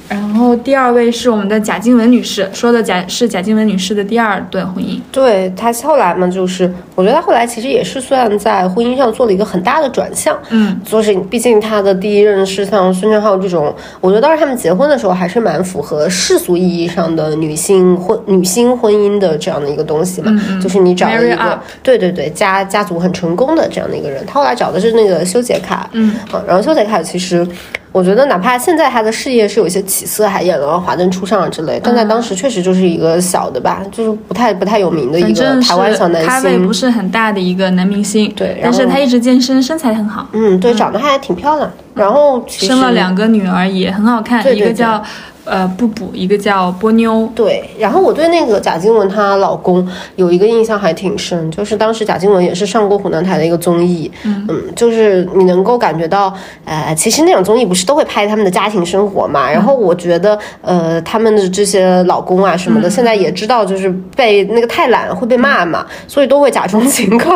然后第二位是我们的贾静雯女士，说的贾是贾静雯女士的第二段婚姻。对她后来嘛，就是我觉得她后来其实也是算在婚姻上做了一个很大的转向，嗯就是毕竟他的第一任是像孙正浩这种，我觉得当时他们结婚的时候还是蛮符合世俗意义上的女性婚女性婚姻的这样的一个东西嘛，嗯嗯就是你找了 Marry 一个 up 对对对家家族很成功的这样的一个人，他后来找的是那个修杰楷，嗯啊，然后修杰楷其实。我觉得，哪怕现在他的事业是有一些起色，还演了《华灯初上》之类，嗯但在当时确实就是一个小的吧，就是不太不太有名的一反个正是台湾小男星。咖位不是很大的一个男明星，对然但后是他一直健身，身材很好，嗯，对，长得还挺漂亮的。然后其实生了两个女儿也很好看，对对一个叫呃布布，一个叫波妞。对，然后我对那个贾静雯她老公有一个印象还挺深，就是当时贾静雯也是上过湖南台的一个综艺，嗯就是你能够感觉到，呃，其实那种综艺不是都会拍他们的家庭生活嗯嘛，然后我觉得，呃，他们的这些老公啊什么嗯的，现在也知道就是被那个太懒会被骂嘛，嗯所以都会假装勤快。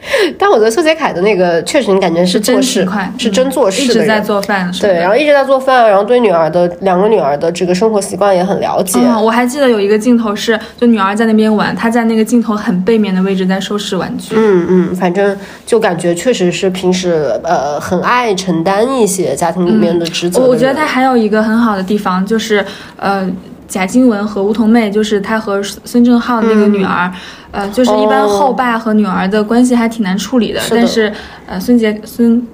但我觉得修杰楷的那个确实，你感觉是是做真事勤快，，是真嗯做事一的人，直在做饭什么的。对，然后一直在做饭，然后对女儿的两个女儿的这个生活习惯也很了解。嗯，我还记得有一个镜头是，就女儿在那边玩，她在那个镜头很背面的位置在收拾玩具。嗯嗯，反正就感觉确实是平时呃很爱承担一些家庭里面的职责的我嗯人、我觉得她还有一个很好的地方就是，呃，贾静雯和吴桐妹，就是她和孙孙正浩那个女儿，呃，就是一般嗯哦后爸和女儿的关系还挺难处理的。是的但是，呃，孙杰孙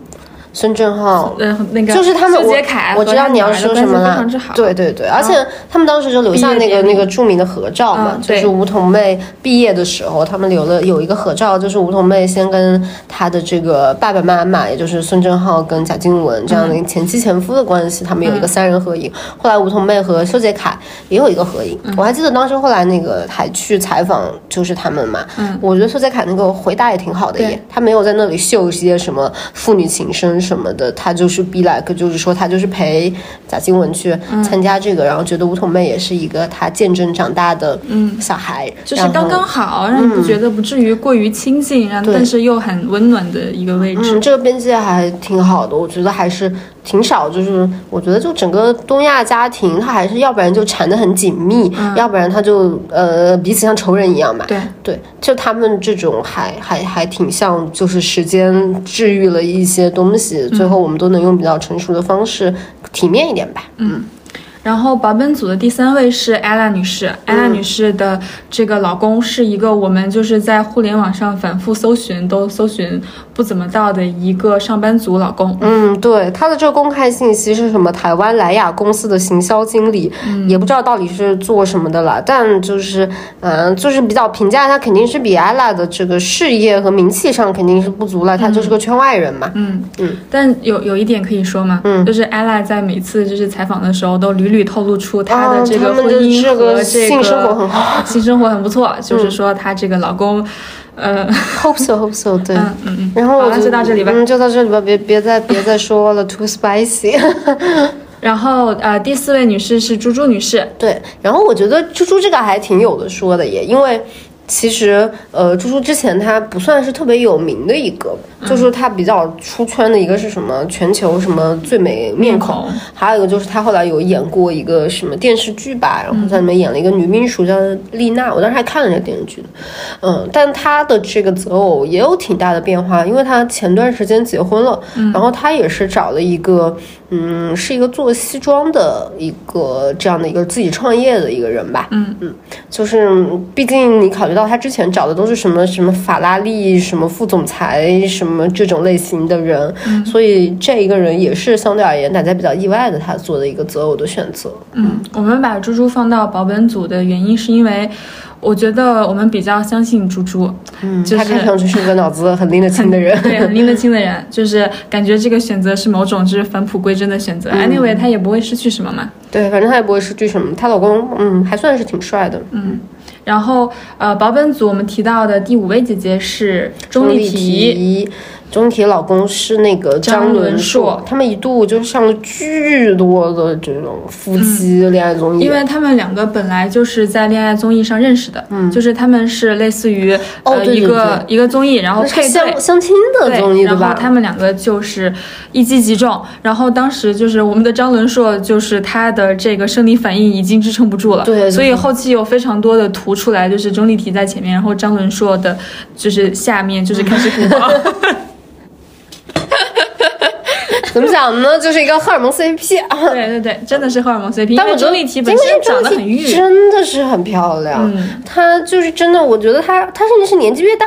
孙正浩，嗯，那个就是他们修杰我楷和我知道他你要女儿的说关什系么非了常之好，嗯对对对，而且他们当时就留毕下业那个典礼那个著名的合照嘛嗯，就对是吴桐妹毕业的时候，他们留了有一个合照，就是吴桐妹先跟她的这个爸爸妈妈，也就是孙正浩跟贾静雯这样嗯的前妻前夫的关系，他们有一个三人合影。后来吴桐妹和修杰楷也有一个合影，嗯我还记得当时后来那个还去采访就是他们嘛，嗯我觉得修杰楷那个回答也挺好的耶对，他没有在那里秀一些什么父女情深什么的，他就是 be like，就是说他就是陪贾静雯去参加这个，然后觉得梧桐妹也是一个他见证长大的嗯小孩，就是然后嗯刚刚好，让你不觉得不至于过于亲近，然后对但是又很温暖的一个位置嗯，。这个边界还挺好的，我觉得还是挺少。就是我觉得就整个东亚家庭，它还是要不然就缠得很紧密，要不然他就呃彼此像仇人一样吧。对，对，就他们这种还还还挺像，就是时间治愈了一些东西，最嗯后我们都能用比较成熟的方式，体面一点吧。嗯然后保本组的第三位是 ella 女士，ella 嗯女士的这个老公是一个我们就是在互联网上反复搜寻都搜寻不怎么到的一个上班族老公。嗯，对，他的这个公开信息是什么？台湾莱雅公司的行销经理，嗯也不知道到底是做什么的了，但就是嗯、呃就是比较评价他肯定是比艾拉的这个事业和名气上肯定是不足了，他就是个圈外人嘛。嗯嗯，但有有一点可以说嘛，嗯就是 ella 在每次就是采访的时候，都屡屡透露出她哦的这个他们婚的姻这个和这个性生活很 好，嗯性生活很不错，就是说她这个老公，呃， hope so hope so，对。嗯嗯嗯，然后好我了，就到这里吧。嗯，就到这里吧，别别再别再说了，too spicy。 然后呃，第四位女士是猪猪女士，对，然后我觉得猪猪这个还挺有的说的耶，因为其实呃，猪猪之前她不算是特别有名的一个，就是她比较出圈的一个是什么全球什么最美面孔，面孔还有一个就是她后来有演过一个什么电视剧吧，然后在里面演了一个女秘书叫丽娜，我当时还看了这个电视剧呢嗯，但她的这个择偶也有挺大的变化，因为她前段时间结婚了，嗯然后她也是找了一个。嗯，是一个做西装的一个这样的一个自己创业的一个人吧。嗯嗯，就是毕竟你考虑到他之前找的都是什么什么法拉利、什么副总裁、什么这种类型的人，嗯所以这一个人也是相对而言大家比较意外的，他做的一个择偶的选择。嗯，我们把猪猪放到保本组的原因是因为，我觉得我们比较相信猪猪，嗯，就他是看上去是个脑子很拎得清的人。对，很拎得清的人，就是感觉这个选择是某种就是返璞归真的选择。Anyway，她嗯也不会失去什么嘛。对，反正他也不会失去什么。她老公，嗯，还算是挺帅的。嗯，然后呃，保本组我们提到的第五位姐姐是钟丽缇，缇，钟丽缇老公是那个张伦伦硕硕，他们一度就上了巨多的这种夫妻恋爱综艺，嗯因为他们两个本来就是在恋爱综艺上认识的，嗯，就是他们是类似于、哦呃对对一个一个综艺，然后那是配对相。相亲的综艺然后吧？他们两个就是一击即中，然后当时就是我们的张伦硕，就是他的这个生理反应已经支撑不住了，对对所以后期有非常多的图出来，就是钟丽缇在前面，然后张伦硕的就是下面就是开始鼓 包，怎么讲呢？就是一个荷尔蒙 CP 啊。对对对，真的是荷尔蒙 CP，因但我为觉得钟丽缇本身长得很因为玉钟丽缇，真的是很漂亮。嗯她就是真的，我觉得她她甚至是年纪越大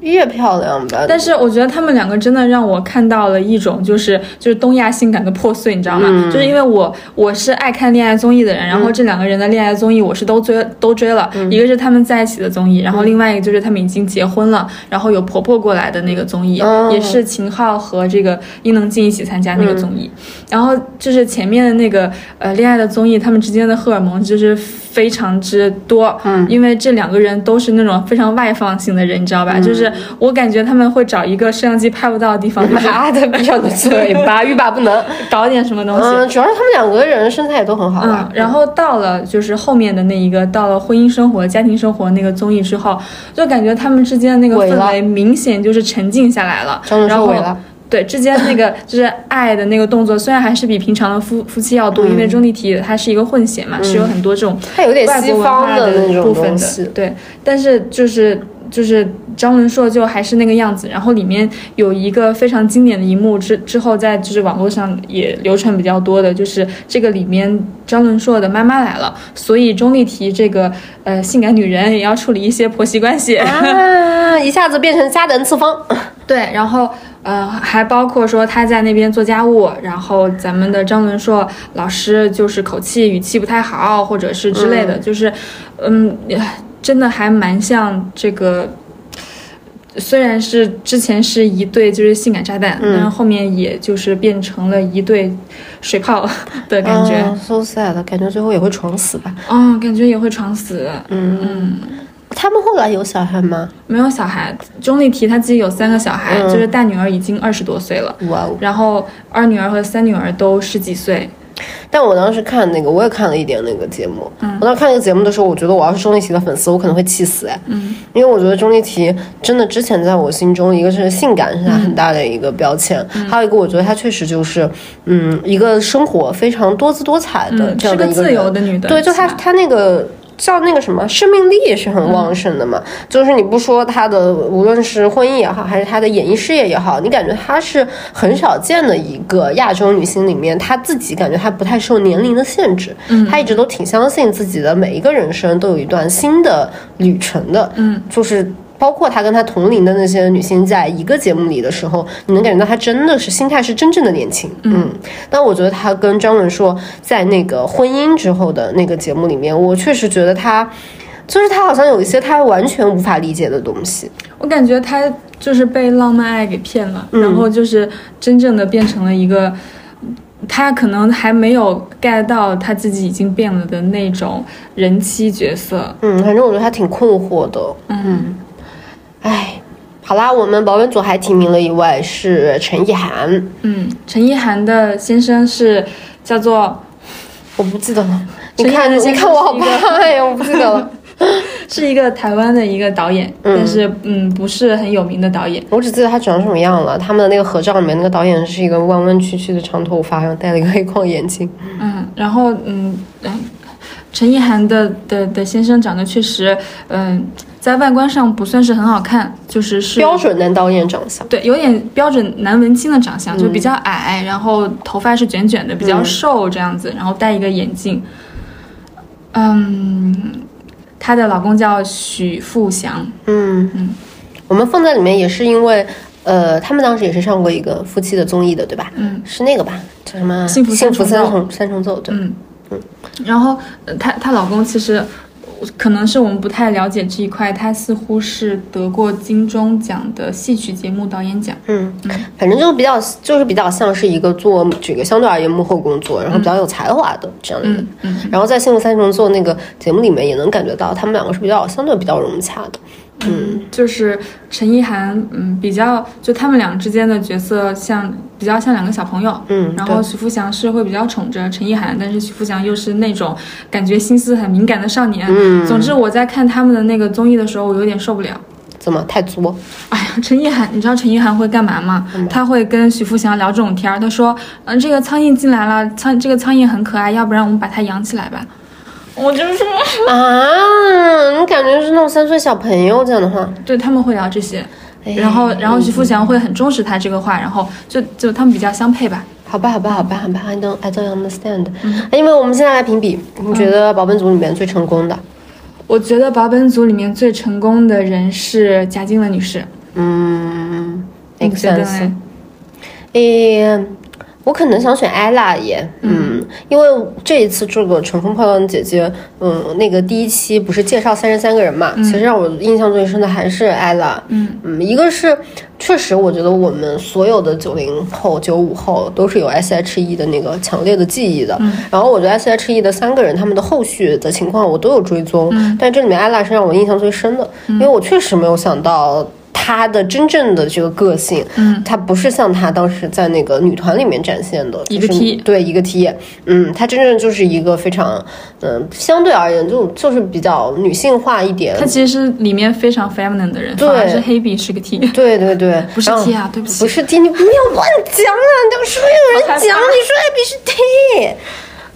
越漂亮吧。但是我觉得他们两个真的让我看到了一种就是就是东亚性感的破碎，你知道吗？就是因为我我是爱看恋爱综艺的人，然后这两个人的恋爱综艺我是都追都追了，一个是他们在一起的综艺，然后另外一个就是他们已经结婚了，然后有婆婆过来的那个综艺，哦也是秦昊和这个伊能静一起参加那个综艺，然后就是前面的那个呃恋爱的综艺，他们之间的荷尔蒙就是非常之多，嗯，因为这两个人都是那种非常外放型的人，你知道吧？嗯就是我感觉他们会找一个摄像机拍不到的地 方，就是妈的，闭上你的嘴巴，欲罢 不能。搞点什么东西。嗯，主要是他们两个人身材也都很好嗯啊，。然后到了就是后面的那一个，到了婚姻生活、家庭生活那个综艺之后，就感觉他们之间的那个萎了氛围明显就是沉静下来了，张伦然硕后萎了。对，之间那 个就是爱的那个动作，虽然还是比平常的夫夫妻要多，嗯因为钟丽缇她是一个混血嘛，是有很多这种她有点外嗯西国文方化的那种部分东的西，，对。但是就是就是张伦硕就还是那个样子，然后里面有一个非常经典的一幕之之后，在就是网络上也流传比较多的，就是这个里面张伦硕的妈妈来了，所以钟丽缇这个呃性感女人也要处理一些婆媳关系。啊，一下子变成家人次方。对，然后呃，还包括说他在那边做家务，然后咱们的张伦硕老师就是口气语气不太好，或者是之类的，就是嗯，真的还蛮像这个。虽然是之前是一对就是性感炸弹，但是后面也就是变成了一对水泡的感觉，嗯 so sad，感觉最后也会闯死吧。嗯、感觉也会闯死。他们后来有小孩吗？没有小孩，钟丽缇她自己有三个小孩，就是大女儿已经二十多岁了，哇哦！然后二女儿和三女儿都十几岁。但我当时看那个，我也看了一点那个节目。我当时看那个节目的时候，我觉得我要是钟丽缇的粉丝，我可能会气死哎。嗯，因为我觉得钟丽缇真的之前在我心中，一个是性感是她很大的一个标签，还有一个我觉得她确实就是，嗯，一个生活非常多姿多彩的嗯这是样个的一自人由的女的对，就她起码嗯她那个。叫那个什么，生命力是很旺盛的嘛。就是你不说她的，无论是婚姻也好，还是她的演艺事业也好，你感觉她是很少见的一个亚洲女星里面，她自己感觉她不太受年龄的限制。嗯，她一直都挺相信自己的每一个人生都有一段新的旅程的。嗯，就是。包括她跟她同龄的那些女性，在一个节目里的时候，你能感觉到她真的是心态是真正的年轻。嗯，但我觉得她跟张伦硕在那个婚姻之后的那个节目里面，我确实觉得她，就是她好像有一些她完全无法理解的东西。我感觉她就是被浪漫爱给骗了，嗯然后就是真正的变成了一个，她可能还没有 get 到她自己已经变了的那种人妻角色。嗯，反正我觉得她挺困惑的。嗯，唉，好啦，我们保本组还提名了一位是陈意涵，嗯，陈意涵的先生是叫做我不记得了。你陈意涵看，的你先看生我好是一个怕呀，我不记得了。是一个台湾的一个导演，但是嗯不是很有名的导演。我只记得他长什么样了。他们的那个合照里面，那个导演是一个弯弯曲曲的长头发，然后戴了一个黑框眼镜。嗯，然后嗯嗯，陈意涵的的的先生长得确实，嗯，在外观上不算是很好看，就是是标准男导演长相。对，有点标准男文青的长相，就比较矮，然后头发是卷卷的，比较瘦这样子，然后戴一个眼镜。嗯，她的老公叫许富祥，嗯嗯，我们放在里面也是因为，呃，他们当时也是上过一个夫妻的综艺的，对吧？嗯，是那个吧？叫什么啊？幸福三幸福重三奏重三重奏，对。嗯，然后呃她她老公其实。可能是我们不太了解这一块，他似乎是得过金钟奖的戏曲节目导演奖。嗯，反正就是比较，就是比较像是一个做这个相对而言幕后工作，然后比较有才华的这样的人。嗯然后在《幸福三重奏》那个节目里面，也能感觉到他们两个是比较相对比较融洽的。嗯，就是陈意涵，嗯，比较就他们俩之间的角色像比较像两个小朋友，嗯然后对许富祥是会比较宠着陈意涵，但是许富祥又是那种感觉心思很敏感的少年，嗯，总之我在看他们的那个综艺的时候，我有点受不了。 怎么太作？哎呀，陈意涵，你知道陈意涵会干嘛吗？他会跟许富祥聊这种天儿，他说，嗯，这个苍蝇进来了，苍这个苍蝇很可爱，要不然我们把它养起来吧。我就说，啊，你感觉是那种三岁小朋友讲的话，哎对他们会聊这些。然后，然后徐富祥会很重视他这个话，然后就就他们比较相配吧。好吧，好吧，好吧，好吧，I don't I don't understand、因为嗯哎我们现在来评比，你觉得保本组里面最成功的？我觉得保本组里面最成功的人是贾静雯女士，嗯你，make 觉得哎 sense 呢。？诶，我可能想选艾拉耶，嗯，因为这一次这个《乘风破浪的姐姐》，嗯，那个第一期不是介绍三十三个人嘛，其实让我印象最深的还是艾拉，嗯一个是确实我觉得我们所有的九零后、九五后都是有 S.H.E 的那个强烈的记忆嗯的，然后我觉得 S.H.E 的三个人他们的后续的情况我都有追踪，嗯但这里面艾拉是让我印象最深的，因为我确实没有想到。她的真正的这个个性，嗯，她不是像她当时在那个女团里面展现的，一个就是 T 对一个 T，嗯，她真正就是一个非常，嗯、相对而言就就是比较女性化一点，她其实是里面非常 feminine 的人，对反而是黑笔是个 T。对对对，不是然后 T 啊对不起不是 T，你不要乱讲啊！你当时有人好讲，害怕你说艾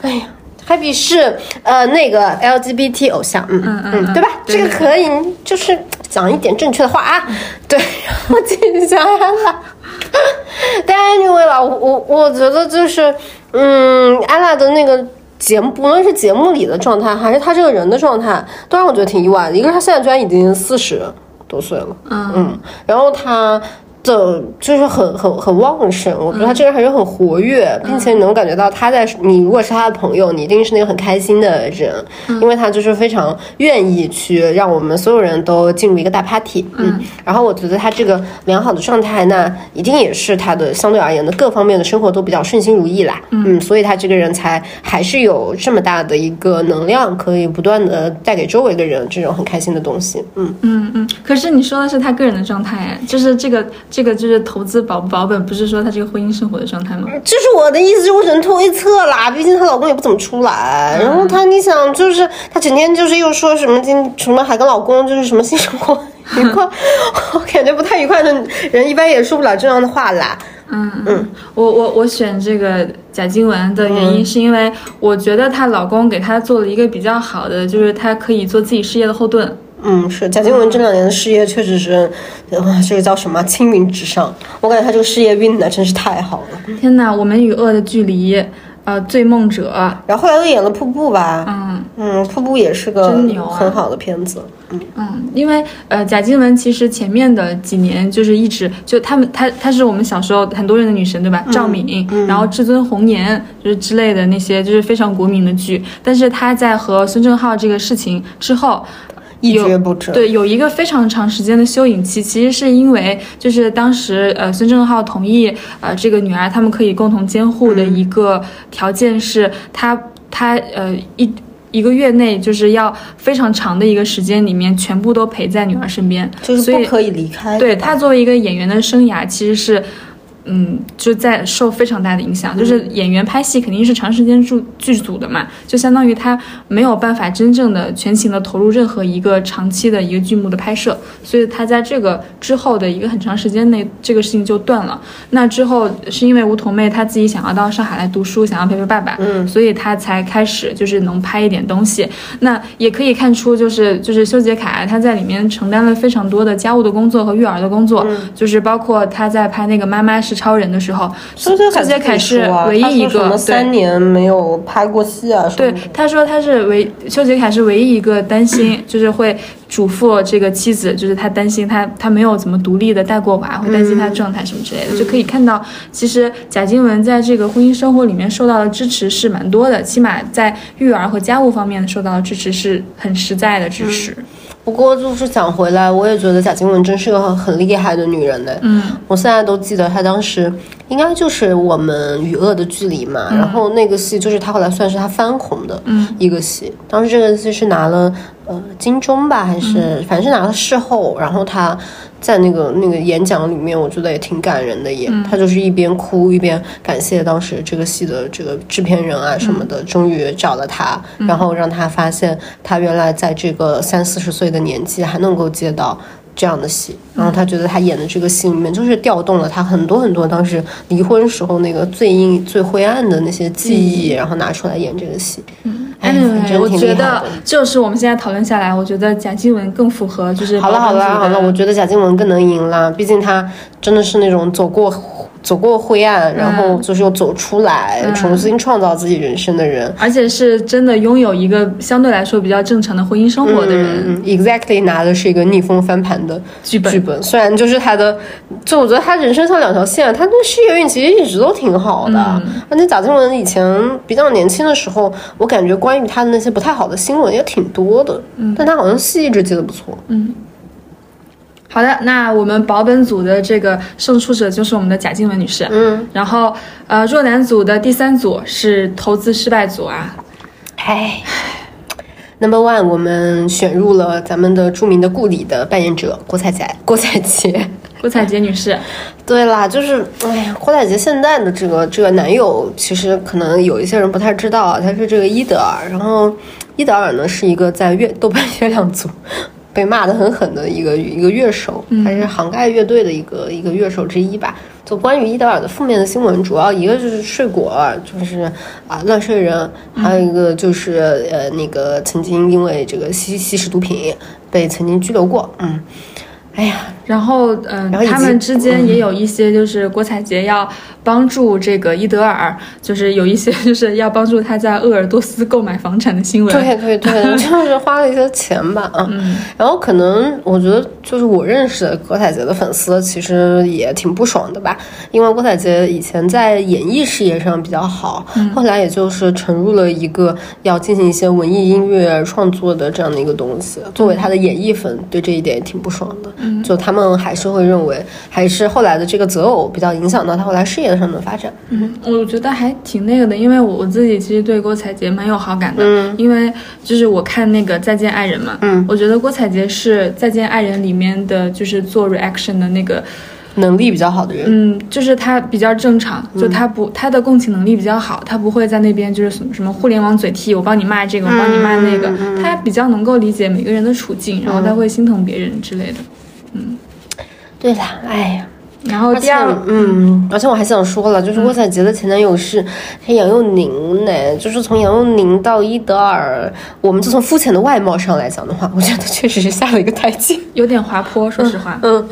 比是 T，哎呀，艾比是呃那个 LGBT 偶像，嗯嗯嗯对吧？对这个对嗯可以，你就是讲一点正确的话啊。 对，我继续讲艾拉。但 anyway 了，我我我觉得就是，嗯，艾拉的那个。节目，不论是节目里的状态，还是她这个人的状态，都让我觉得挺意外的。一个是她现在居然已经四十多岁了，嗯嗯，然后他就就是很很很旺盛，我觉得他这个人还是很活跃，并且你能感觉到他在你如果是他的朋友，你一定是那个很开心的人，因为他就是非常愿意去让我们所有人都进入一个大 party，嗯，然后我觉得他这个良好的状态，那一定也是他的相对而言的各方面的生活都比较顺心如意啦，嗯，所以他这个人才还是有这么大的一个能量，可以不断的带给周围的人这种很开心的东西，嗯。 嗯嗯，可是你说的是他个人的状态，哎，就是这个这个就是投资保不保本，不是说他这个婚姻生活的状态吗？这是我的意思，就是我只能推测啦。毕竟她老公也不怎么出来，然后她，你想，就是她整天就是又说什么今什么还跟老公就是什么性生活愉 快，我感觉不太愉快的人一般也说不了这样的话啦。嗯嗯，我我我选这个贾静雯的原因是因为我觉得她老公给她做了一个比较好的，就是她可以做自己事业的后盾。嗯，是贾静雯这两年的事业确实是，呃这个叫什么青云直上，我感觉她这个事业运呢真是太好了。天哪，我们与恶的距离，呃，醉梦者，然后后来又演了《瀑布》吧，嗯嗯，《瀑布》也是个真牛啊很好的片子。嗯，因为呃，贾静雯其实前面的几年就是一直就他们她她是我们小时候很多人的女神对吧？赵敏，然后《至尊红颜》就是之类的那些就是非常国民的剧，但是她在和孙正浩这个事情之后。一有蹶不振对，有一个非常长时间的休影期，其实是因为就是当时呃孙正浩同意呃这个女儿他们可以共同监护嗯的一个条件是他他呃一。一个月内就是要非常长的一个时间里面，全部都陪在女儿身边，就是所不以可以离开，对他作为一个演员的生涯，其实是，嗯，就在受非常大的影响。就是演员拍戏肯定是长时间住剧组的嘛，就相当于他没有办法真正的全情的投入任何一个长期的一个剧目的拍摄，所以他在这个之后的一个很长时间内，这个事情就断了。那之后是因为梧桐妹她自己想要到上海来读书，想要陪陪爸爸，嗯，所以她才开始就是能拍一点东西。那也可以看出，就是就是修杰楷他在里面承担了非常多的家务的工作和育儿的工作，就是包括他在拍那个《妈妈是超人》的时候，孙修孙凯杰楷是唯一一啊什个么对三年没有拍过戏啊什么对的，，他说他是唯邱杰凯是唯一一个担 心，就是会嘱咐这个妻子，就是他担心他他没有怎么独立的带过娃，会担心嗯他的状态什么之类的，就可以看到，其实贾静雯在这个婚姻生活里面受到的支持是蛮多的，起码在育儿和家务方面受到的支持是很实在的支嗯持。不过就是讲回来，我也觉得贾静雯真是个很很厉害的女人呢。嗯，我现在都记得她当时应该就是我们与恶的距离嘛，然后那个戏就是她后来算是她翻红的一个戏。当时这个戏是拿了呃金钟吧，还是、嗯反正是拿了事后，然后她在那个那个演讲里面，我觉得也挺感人的嗯也。她就是一边哭一边感谢当时这个戏的这个制片人嗯啊什么的，终于找了她，然后让她发现她原来在这个三四十岁的年纪还能够接到。这样的戏，嗯然后他觉得他演的这个戏里面，就是调动了他很多很多当时离婚时候那个最阴最灰暗的那些记忆，然后拿出来演这个戏。嗯，哎，反正嗯我挺觉厉害的得。就是我们现在讨论下来，我觉得贾静雯更符合就是好了保好了本主义的好了，我觉得贾静雯更能赢了，毕竟她真的是那种走过走过灰暗，然后嗯就是又走出来，重新创造自己人生的人。而且是真的拥有一个相对来说比较正常的婚姻生活的人，嗯，exactly 拿的是一个逆风翻盘的剧本剧本，虽然就是他的，就我觉得他人生像两条线，他的事业运其实一直都挺好的。嗯而且贾静雯以前比较年轻的时候，我感觉关于她的那些不太好的新闻也挺多的，嗯但她好像戏一直接的不错。好的，那我们保本组的这个胜出者就是我们的贾静雯女士。嗯，然后呃，若男组的第三组是投资失败组啊。唉，Number One，我们选入了咱们的著名的顾里的扮演者郭采洁，郭采洁。郭采洁女士，对啦，就是，哎呀，郭采洁现在的这个这个男友，其实可能有一些人不太知道啊，他是这个伊德尔，然后伊德尔呢是一个在乐豆瓣月亮组被骂得很狠的一个一个乐手，他是杭盖乐队的一个一个乐手之一吧。就关于伊德尔的负面的新闻，主要一个就是睡果儿，就是啊乱睡人，还有一个就是呃那个曾经因为这个吸吸食毒品被曾经拘留过，嗯，哎呀，然后嗯、然后以及他们之间也有一些就是郭采洁要帮助这个伊德尔，就是有一些就是要帮助他在鄂尔多斯购买房产的新闻。对对对，就是花了一些钱吧，啊，然后可能我觉得就是我认识的郭采洁的粉丝其实也挺不爽的吧，因为郭采洁以前在演艺事业上比较好，后来也就是沉入了一个要进行一些文艺音乐创作的这样的一个东西。作为他的演艺粉，对这一点也挺不爽的，就他们还是会认为还是后来的这个择偶比较影响到他后来事业上的发展。我觉得还挺那个的，因为我我自己其实对郭采洁蛮有好感的，嗯因为就是我看那个《再见爱人》嘛，嗯我觉得郭采洁是《再见爱人》里面的就是做 reaction 的那个，能力比较好的人，嗯，就是她比较正常，嗯就她不她的共情能力比较好，她不会在那边就是什么什么互联网嘴替，我帮你骂这个，我帮你骂那嗯个，她比较能够理解每个人的处境，然后她会心疼别人之类的。对啦，哎呀。然后哦而第且二，，嗯嗯，而且我还想说了，就是郭采洁的前男友是是杨佑宁呢，就是从杨佑宁到伊德尔，我们就从肤浅的外貌上来讲的话，我觉得确实是下了一个台阶。 有点滑坡，说实话，嗯，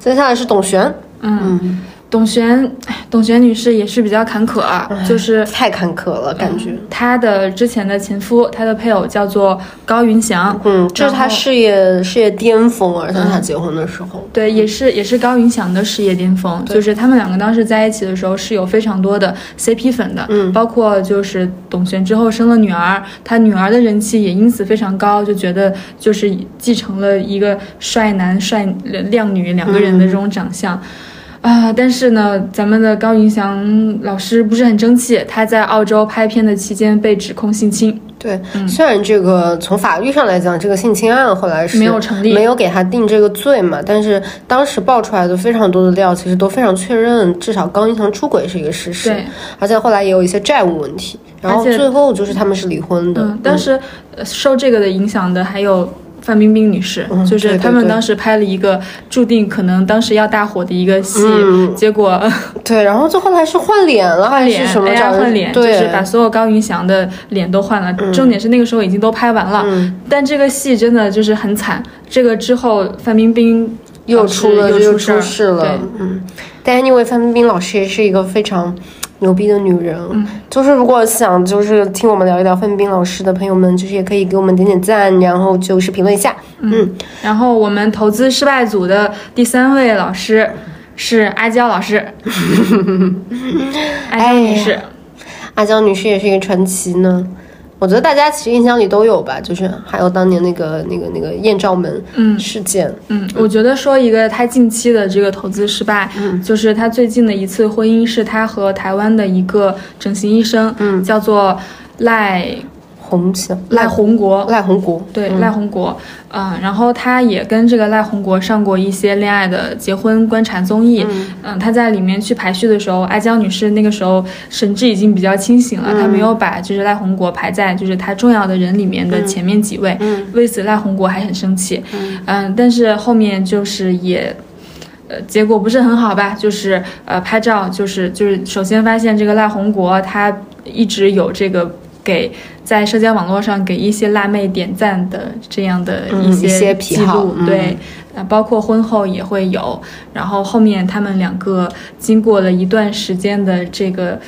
接下来是董璇，嗯董璇，哎董璇女士也是比较坎坷啊，就是太坎坷了，感觉。她的之前的前夫，她的配偶叫做高云翔，嗯，这是他然后事业事业巅峰，而且他结婚的时候，对，也是也是高云翔的事业巅峰，就是他们两个当时在一起的时候是有非常多的 CP 粉的，嗯包括就是董璇之后生了女儿，她女儿的人气也因此非常高，就觉得就是继承了一个帅男帅靓女两个人的这种长相。啊，但是呢，咱们的高云翔老师不是很争气，他在澳洲拍片的期间被指控性侵，对，嗯虽然这个从法律上来讲，这个性侵案后来是没有成立没有给他定这个罪嘛，但是当时爆出来的非常多的料，其实都非常确认，至少高云翔出轨是一个事实对，而且后来也有一些债务问题，然后而且最后就是他们是离婚的，嗯，当时呃受这个的影响的还有范冰冰女士，嗯就对是对他们对当时拍了一个注定可能当时要大火的一个戏，嗯 结果对，然后就后来是换脸了换 脸还是什么 AI 找人换脸，就对，是把所有高云翔的脸都换了。重点是那个时候已经都拍完了，嗯但这个戏真的就是很惨。这个之后范冰冰又老师出了又又事出儿事了对。，嗯，但 anyway，范冰冰老师也是一个非常牛逼的女人。嗯，就是如果想就是听我们聊一聊范冰冰老师的朋友们，就是也可以给我们点点赞，然后就是评论一下。嗯，然后我们投资失败组的第三位老师是阿娇老 师，阿娇女哎士。阿娇女士也是一个传奇呢。我觉得大家其实印象里都有吧，就是还有当年那个那个那个艳照门嗯事件，嗯，我觉得说一个他近期的这个投资失败，就是他最近的一次婚姻是他和台湾的一个整形医生，嗯叫做赖红墙赖宏国。赖红国，对赖宏国，嗯、然后他也跟这个赖宏国上过一些恋爱的结婚观察综艺，嗯、他在里面去排序的时候，阿娇女士那个时候神志已经比较清醒了，她没有把就是赖宏国排在就是她重要的人里面的前面几位，嗯为此赖宏国还很生气，嗯、但是后面就是也。呃，结果不是很好吧？就是呃，拍照就是就是，首先发现这个赖宏国他一直有这个给在社交网络上给一些辣妹点赞的这样的嗯一一些些癖记好录，嗯对，呃，包括婚后也会有。然后后面他们两个经过了一段时间的这个，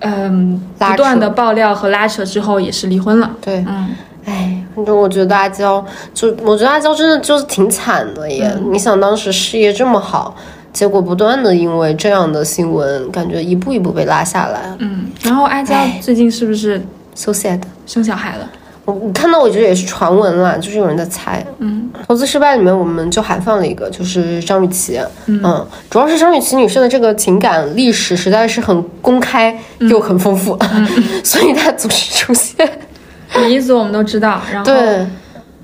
嗯、拉不断扯的爆料和拉扯之后，也是离婚了。对，嗯，哎，反正我觉得阿娇，就我觉得阿娇真的就是挺惨的耶。嗯你想当时事业这么好，结果不断的因为这样的新闻，感觉一步一步被拉下来嗯，然后阿娇唉最近是不是，so sad。生小孩 了？我我看到我觉得也是传闻啦，就是有人在猜。嗯，投资失败里面我们就还放了一个，就是张雨绮。嗯主要是张雨绮女士的这个情感历史实在是很公开嗯又很丰富， 所以她总是出现。李一组我们都知道，然后对，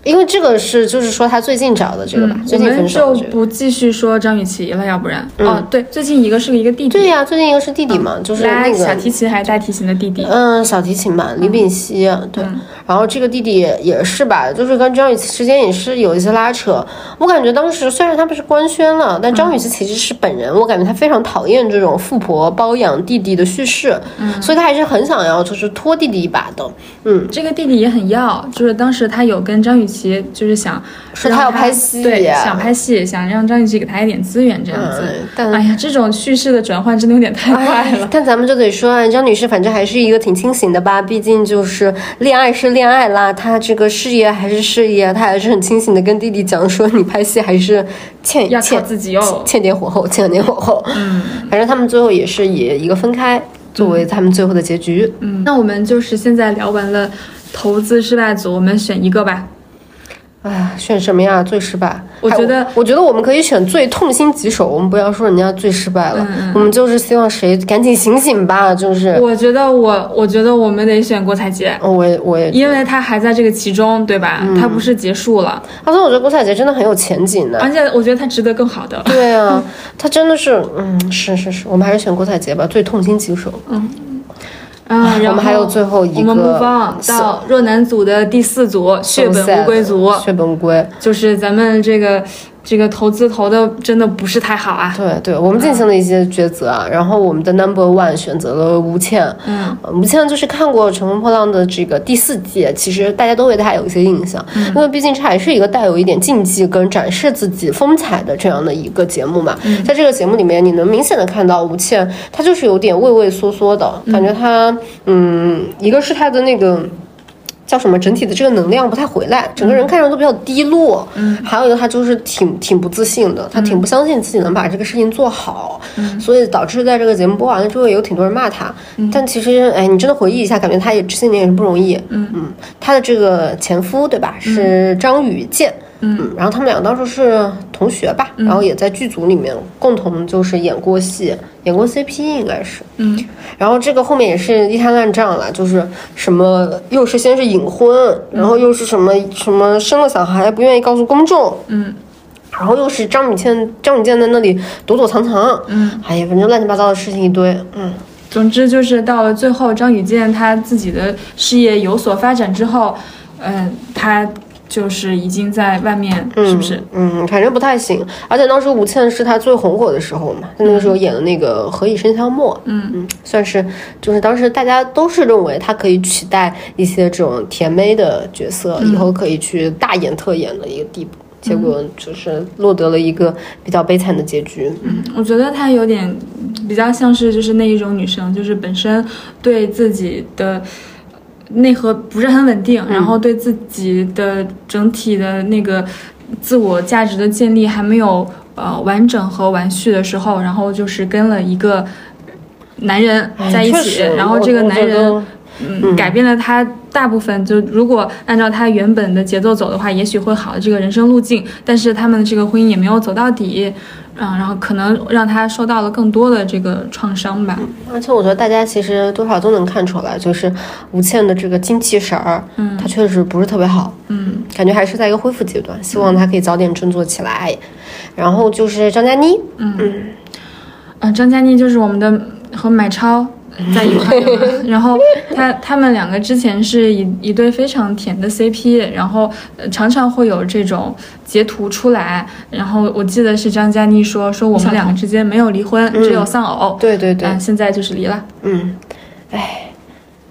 因为这个是就是说她最近找的这个吧，嗯，最我近们分手就的这个。不继续说张雨绮了，要不然、哦，对，最近一个是一个弟弟，嗯对呀、最近一个是弟弟嘛，就是拉那个呃小提琴还是大提琴的弟弟，嗯小提琴吧，李炳熙，对，然然后这个弟弟也也是吧，就是跟张雨绮之间也是有一些拉扯。我感觉当时虽然他们是官宣了，但张雨绮其实是本人，我感觉她非常讨厌这种富婆包养弟弟的叙事，所以她还是很想要就是拖弟弟一把的。嗯，这个弟弟也很要，就是当时他有跟张雨绮，就是想说让他要拍戏对，想拍戏，想让张雨绮给他一点资源这样子。嗯但哎呀，这种叙事的转换真的有点太快了。哎但咱们就得说，啊张女士反正还是一个挺清醒的吧，毕竟就是恋爱是恋爱啦，她这个事业还是事业，她还是很清醒的跟弟弟讲说，你拍戏还是欠要靠欠自己哦，欠点火候，欠点火候。嗯，反正他们最后也是以一个分开作为他们最后的结局。嗯，那我们就是现在聊完了投资失败组，我们选一个吧。哎，选什么呀？最失败？我觉得还我觉得我们可以选最痛心疾首，我们不要说人家最失败了，嗯我们就是希望谁赶紧醒醒吧，就是。我觉得我，我觉得我们得选郭采洁，哦我也我也因为她还在这个其中，对吧？嗯她不是结束了，而且我觉得郭采洁真的很有前景呢。而且我觉得她值得更好的。 对啊，她真的是，嗯，是是是，我们还是选郭采洁吧，最痛心疾首。嗯，然后我们还有最后一个我们 move on 到若男组的第四组血本无归组，血本无归。就是咱们这个这个投资投的真的不是太好啊。对对，我们进行了一些抉择啊，然后我们的 number one 选择了吴倩。呃嗯，吴倩就是看过《乘风破浪》的这个第四季，其实大家都对她有一些印象，嗯因为毕竟这还是一个带有一点竞技跟展示自己风采的这样的一个节目嘛。嗯在这个节目里面，你能明显的看到吴倩，她就是有点畏畏缩缩的感觉她，嗯，一个是她的那个。叫什么？整体的这个能量不太回来，整个人看上去都比较低落。嗯，还有一个他就是挺挺不自信的，他挺不相信自己能把这个事情做好，所以导致在这个节目播完了之后，有挺多人骂他。但其实，哎，你真的回忆一下，感觉他也这些年也是不容易。嗯他的这个前夫对吧，是张雨健。嗯，然后他们俩当时是同学吧，然后也在剧组里面共同就是演过戏，演过 CP 应该是，嗯然后这个后面也是一摊烂账了，就是什么又是先是隐婚，然后又是什么什么生了小孩不愿意告诉公众，嗯然后又是张雨倩张雨倩在那里躲躲藏藏，嗯，哎呀，反正乱七八糟的事情一堆，嗯，总之就是到了最后，张雨健他自己的事业有所发展之后，嗯、他就是已经在外面，是不是？嗯，反正不太行。而且当时吴倩是她最红火的时候嘛，她那个时候演的那个《何以笙箫默》，嗯算是就是当时大家都是认为她可以取代一些这种甜妹的角色，嗯以后可以去大演特演的一个地步。结果就是落得了一个比较悲惨的结局。嗯，我觉得她有点比较像是就是那一种女生，就是本身对自己的内核不是很稳定，然后对自己的整体的那个自我价值的建立还没有呃完整和完续的时候，然后就是跟了一个男人在一哎确起，实然后我这个我男觉人得。嗯，改变了他大部分。就如果按照他原本的节奏走的话，也许会好的这个人生路径。但是他们的这个婚姻也没有走到底，嗯，然后可能让他受到了更多的这个创伤吧。而且我觉得大家其实多少都能看出来，就是吴倩的这个精气神儿，嗯，她确实不是特别好，嗯，感觉还是在一个恢复阶段，希望她可以早点振作起来。然后就是张嘉倪，嗯啊、张嘉倪就是我们的和买超呃在一块的嘛，然后他他们两个之前是一一对非常甜的 CP，然后呃常常会有这种截图出来，然后我记得是张嘉倪说说我们两个之间没有离婚，只有丧偶，对对对但现在就是离了。嗯，哎，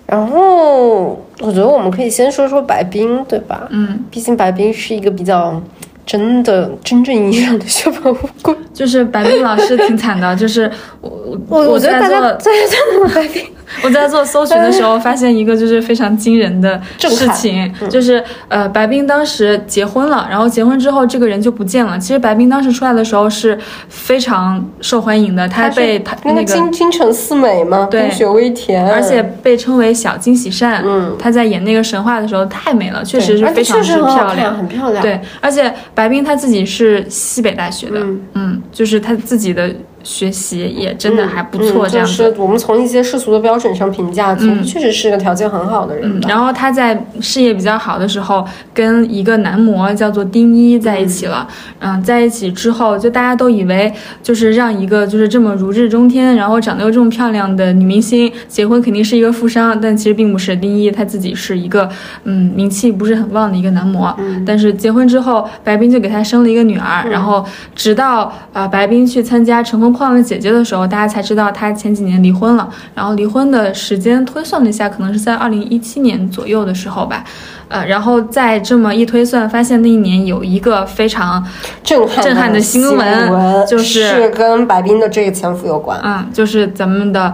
然后我觉得我们可以先说说白冰，对吧？嗯，毕竟白冰是一个比较真的真正意义上的血本无归。就是白冰老师挺惨的，就是我我我 我觉得在大家呃做在在在白冰，我在做搜寻的时候，发现一个就是非常惊人的事情，嗯就是呃，白冰当时结婚了，然后结婚之后这个人就不见了。其实白冰当时出来的时候是非常受欢迎的，她她是被她那个那个京京城四美嘛，对冰雪微甜，而且被称为小金喜善，嗯她在演那个神话的时候太美了，确对实是而且非常确实之很好漂看亮，很漂亮。对，而且白冰她自己是西北大学的，嗯嗯就是她自己的学习也真的还不错，嗯这样就子。是我们从一些世俗的标准上评价，嗯确实是个条件很好的人嗯，吧。然后她在事业比较好的时候，跟一个男模叫做丁一在一起了。嗯、在一起之后，就大家都以为就是让一个就是这么如日中天，然后长得又这么漂亮的女明星结婚肯定是一个富商，但其实并不是。丁一他自己是一个嗯名气不是很旺的一个男模，嗯但是结婚之后，白冰就给他生了一个女儿。然后直到呃白冰去参加《乘风破浪的姐姐》的时候，大家才知道她前几年离婚了。然后离婚的时间推算了一下，可能是在二零一七年左右的时候吧。呃，然后再这么一推算，发现那一年有一个非常震撼震撼的新新闻就是是跟白冰的这个前夫 有关。嗯，就是咱们的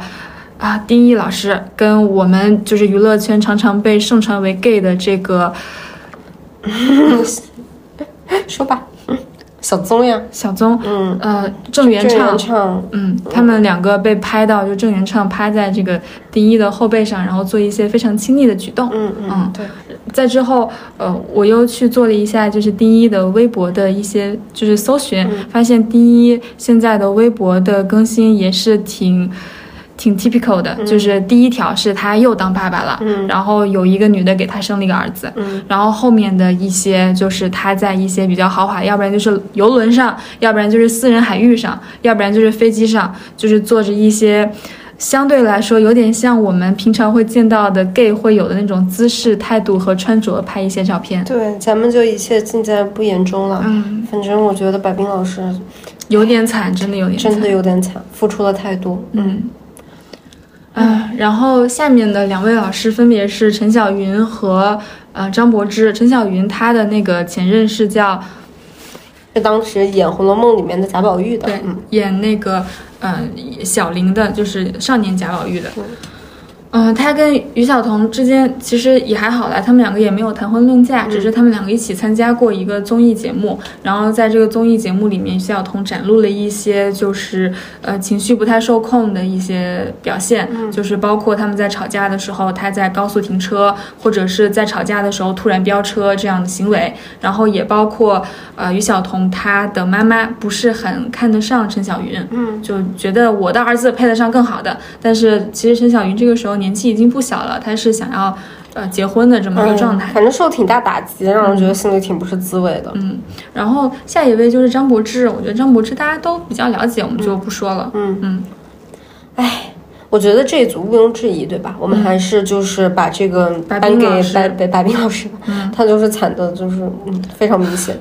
啊，丁一老师跟我们就是娱乐圈常常被盛传为 gay 的这个说吧，嗯小宗呀，小宗，嗯，呃，郑元郑元畅。畅，嗯，他们两个被拍到，就郑元畅趴在这个丁一的后背上，然后做一些非常亲昵的举动。嗯嗯嗯，对，在之后，呃，我又去做了一下，就是丁一的微博的一些就是搜寻，发现丁一现在的微博的更新也是挺。挺 typical 的，就是第一条是他又当爸爸了，然后有一个女的给他生了一个儿子，嗯然后后面的一些就是他在一些比较豪华，要不然就是游轮上，要不然就是私人海域上，要不然就是飞机上，就是做着一些相对来说有点像我们平常会见到的 gay 会有的那种姿势、态度和穿着拍一些照片。对，咱们就一切尽在不言中了。嗯，反正我觉得白冰老师有点惨，真的有点惨。真的有点惨，付出了太多。嗯，啊，然后下面的两位老师分别是陈小云和呃张柏芝。陈小云她的那个前任是叫是当时演《红楼梦》里面的贾宝玉的，对嗯，演那个嗯、呃小玲的，就是少年贾宝玉的。嗯，她跟于晓彤之间其实也还好啦，他们两个也没有谈婚论嫁，只嗯是他们两个一起参加过一个综艺节目，然后在这个综艺节目里面，于晓彤展露了一些就是呃情绪不太受控的一些表现，嗯就是包括他们在吵架的时候，她在高速停车，或者是在吵架的时候突然飙车这样的行为，然后也包括呃于晓彤她的妈妈不是很看得上陈小云，嗯，就觉得我的儿子配得上更好的，但是其实陈小云这个时候年纪已经不小了，她是想要呃结婚的这么一个状态。嗯反正受挺大打击，让人觉得心里挺不是滋味的。嗯，然后下一位就是张柏芝，我觉得张柏芝大家都比较了解，我们就不说了。嗯嗯，哎，我觉得这一组毋庸置疑，对吧？我们还是就是把这个嗯白颁冰给老师白白白冰老师吧，嗯他就是惨的，就是嗯非常明显。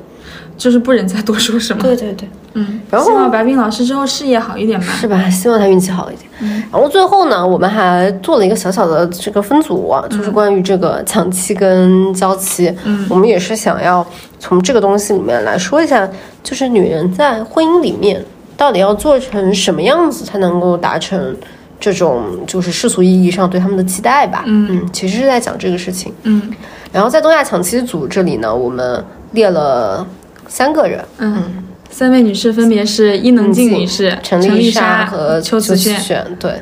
就是不忍再多说什么。对对对，嗯，然后希望白冰老师之后事业好一点吧。是吧？希望他运气好一点。嗯然后最后呢，我们还做了一个小小的这个分组、啊，就是关于这个抢七跟娇妻。嗯我们也是想要从这个东西里面来说一下，就是女人在婚姻里面到底要做成什么样子，才能够达成这种就是世俗意义上对他们的期待吧。嗯其实是在讲这个事情。嗯然后在东亚抢七组这里呢，我们列了三个人，嗯，三位女士分别是伊能静女嗯士、嗯陈丽丽莎和邱子子炫。对。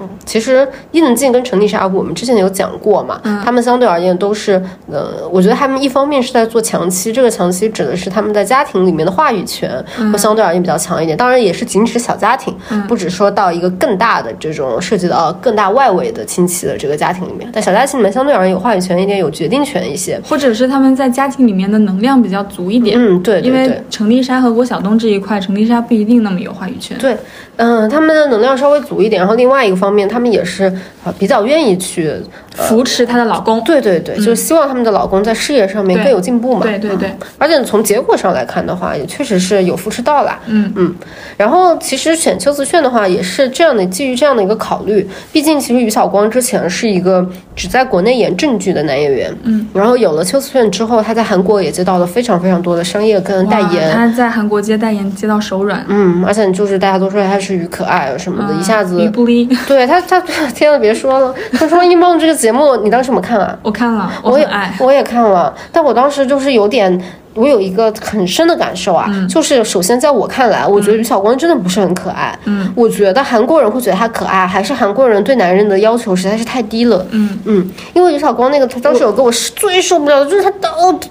嗯，其实伊能静跟陈丽莎，我们之前有讲过嘛，嗯他们相对而言都是，呃，我觉得他们一方面是在做强妻，这个强妻指的是他们在家庭里面的话语权会相对而言比较强一点，当然也是仅指小家庭，嗯不只说到一个更大的这种涉及到更大外围的亲戚的这个家庭里面，但小家庭里面相对而言有话语权一点，有决定权一些，或者是他们在家庭里面的能量比较足一点，嗯，对对对，因为程丽莎和郭晓东这一块，程丽莎不一定那么有话语权。对，嗯、他们的能量稍微足一点，然后另外一个方面，他们也是呃比较愿意去，扶持她的老公，对对对，就是希望他们的老公在事业上面嗯对更有进步嘛。对对对嗯而且从结果上来看的话，也确实是有扶持到啦。嗯嗯，然后其实选邱子炫的话，也是这样的，基于这样的一个考虑，毕竟其实于晓光之前是一个只在国内演正剧的男演员，嗯，然后有了邱子炫之后，他在韩国也接到了非常非常多的商业跟嗯代哇言。她在韩国接代言接到手软，嗯，而且就是大家都说他是于可爱啊什么的，嗯嗯一下子离不离？ 对他，他天啊呐，别说了，《春风一梦》这个节目，你当时怎么看啊？我看了，我我也很爱。我也看了，但我当时就是有点，我有一个很深的感受啊，嗯就是首先在我看来，我觉得吕晓光真的不是很可爱。嗯，我觉得韩国人会觉得她可爱，还是韩国人对男人的要求实在是太低了。嗯嗯，因为吕晓光那个，她当时有个我是最受不了的，就是她到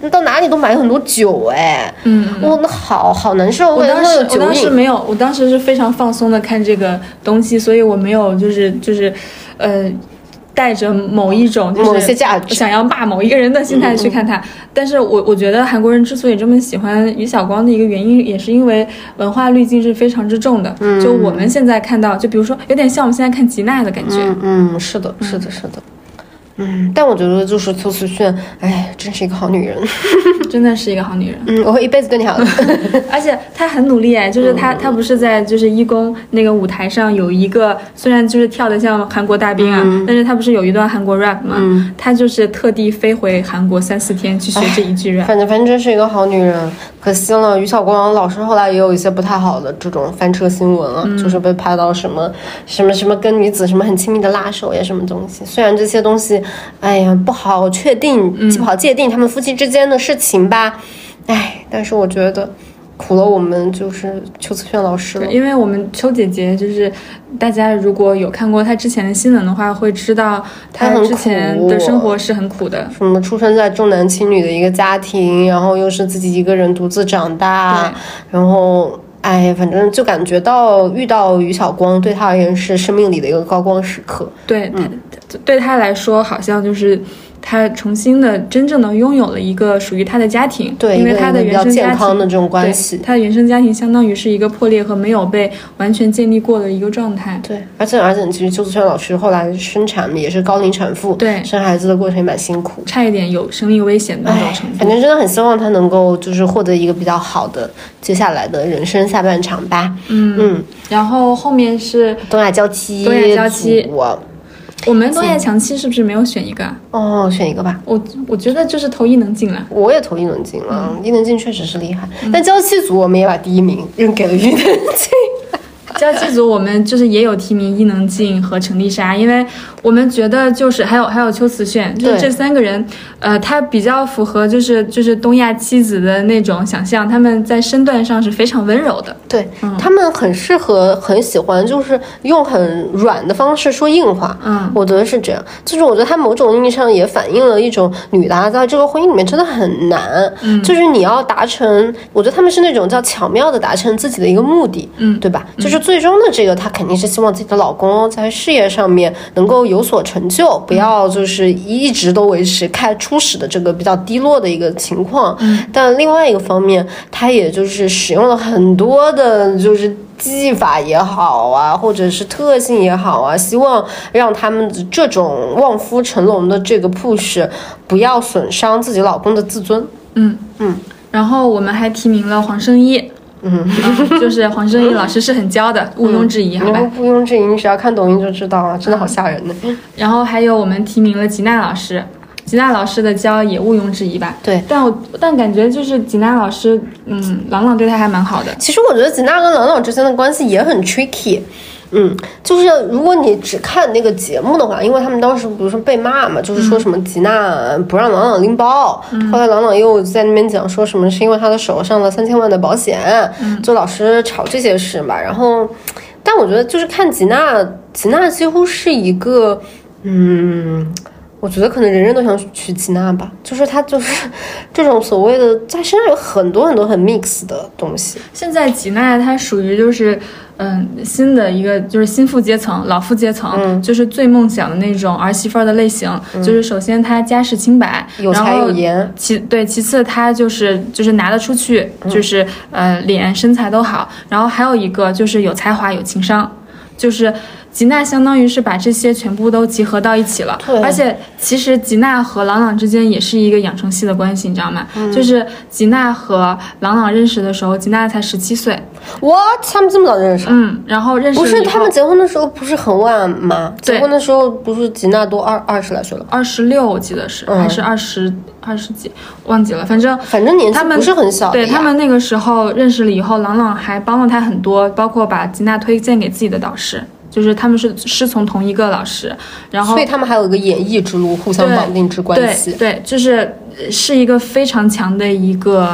到哪里都买很多酒，哎，嗯，我那好好难受，我感当觉时有我酒当时瘾。没有，我当时是非常放松的看这个东西，所以我没有就是就是，呃，带着某一种就是某些价值想要骂某一个人的心态去看它。但是我我觉得韩国人之所以这么喜欢于晓光的一个原因，也是因为文化滤镜是非常之重的。就我们现在看到，就比如说有点像我们现在看吉娜的感觉。嗯嗯，是的，是的，是的。嗯，但我觉得就是邱淑炫，哎，真是一个好女 人。真的是一个好女人，嗯，我会一辈子对你 好的。而且她很努力哎，就是她她不是在就是一公那个舞台上有一个，虽然就是跳的像韩国大兵啊，但是她不是有一段韩国 rap 嘛，她就是特地飞回韩国三四天去学这一句 rap。反正反正真是一个好女人，可惜了。于晓光老师后来也有一些不太好的这种翻车新闻啊，就是被拍到什么什么什么跟女子什么很亲密的拉手呀，什么东西。虽然这些东西，哎呀，不好确定，不好界定他们夫妻之间的事情吧。哎，但是我觉得苦了我们就是邱子炫老师了对，。因为我们秋姐姐就是，大家如果有看过她之前的新闻的话，会知道她她很之前苦的生活是很苦的。什么出生在重男轻女的一个家庭，然后又是自己一个人独自长大对，然后哎，反正就感觉到遇到于晓光对他而言是生命里的一个高光时刻。对他，嗯对他来说，好像就是他重新的、真正的拥有了一个属于他的家庭，对，因一为个他的比原较生健家康的庭这。种关对系，。他的原生家庭相当于是一个破裂和没有被完全建立过的一个状态。对，而且而且，其实邱淑炫老师后来生产也是高龄产妇，对生孩子的过程也蛮辛苦。差一点有生命危险的那种哎程，反度。正真的很希望他能够就是获得一个比较好的接下来的人生下半场吧。嗯，嗯，然后后面是东亚交期，东亚交期我我们东亚强期是不是没有选一个啊？哦，选一个吧。我我觉得就是头一能进了。我也投伊能静了，伊能静确实是厉害，但娇妻组我们也把第一名扔给了伊能静。交际组我们就是也有提名伊能静和陈丽莎，因为我们觉得就是还有还有秋瓷炫，就是对这三个人，呃，他比较符合就是就是东亚妻子的那种想象，他们在身段上是非常温柔的。对、嗯他们很适合，很喜欢，就是用很软的方式说硬话。嗯我觉得是这样，就是我觉得它某种意义上也反映了一种女的啊在这个婚姻里面真的很难。嗯，就是你要达成，我觉得他们是那种叫巧妙的达成自己的一个目的。嗯对吧？就是最终的这个，她肯定是希望自己的老公在事业上面能够有所成就，嗯不要就是一直都维持开初始的这个比较低落的一个情况。嗯但另外一个方面，她也就是使用了很多的，就是。技法也好啊，或者是特性也好啊，希望让他们这种望夫成龙的这个 push 不要损伤自己老公的自尊。嗯嗯。然后我们还提名了黄圣依，嗯，啊 就是黄圣依老师是很娇的，毋庸置疑，好吧然后。毋庸置疑，你只要看抖音就知道啊，真的好吓人呢。然后还有我们提名了吉娜老师，吉娜老师的娇也毋庸置疑吧。对但我但感觉就是吉娜老师，嗯，朗朗对她还蛮好的。其实我觉得吉娜跟朗朗之间的关系也很 tricky。嗯，就是如果你只看那个节目的话，因为他们当时比如说被骂嘛，就是说什么吉娜不让朗朗拎包，后来朗朗又在那边讲说什么是因为他的手上了三千万的保险，就老是吵这些事嘛。然后，但我觉得就是看吉娜，吉娜几乎是一个，嗯，我觉得可能人人都想娶吉娜吧，就是她就是 这种所谓的，她身上有很多很多很 mix 的东西。现在吉娜她属于就是，嗯，新的一个就是新富阶层、老富阶层，嗯就是最梦想的那种儿媳妇儿的类型。就是首先她家世清白，有然才后有颜其对，其次她就是就是拿得出去，嗯就是呃脸身材都好，然后还有一个就是有才华有情商，就是。吉娜相当于是把这些全部都集合到一起了对，而且其实吉娜和朗朗之间也是一个养成系的关系，你知道吗？嗯就是吉娜和朗朗认识的时候，吉娜才十七岁，哇，他们这么早就认识啊？嗯，然后认识不是了以后他们结婚的时候不是很晚吗？对结婚的时候不是吉娜都二二十来岁了吧，二十六，我记得是、嗯还是二十二十几，忘记了，反正反正年纪他们不是很小的对呀。他们那个时候认识了以后，朗朗还帮了他很多，包括把吉娜推荐给自己的导师，就是他们是师从同一个老师，然后所以他们还有一个演艺之路互相对绑定之关系。对对，就是是一个非常强的一个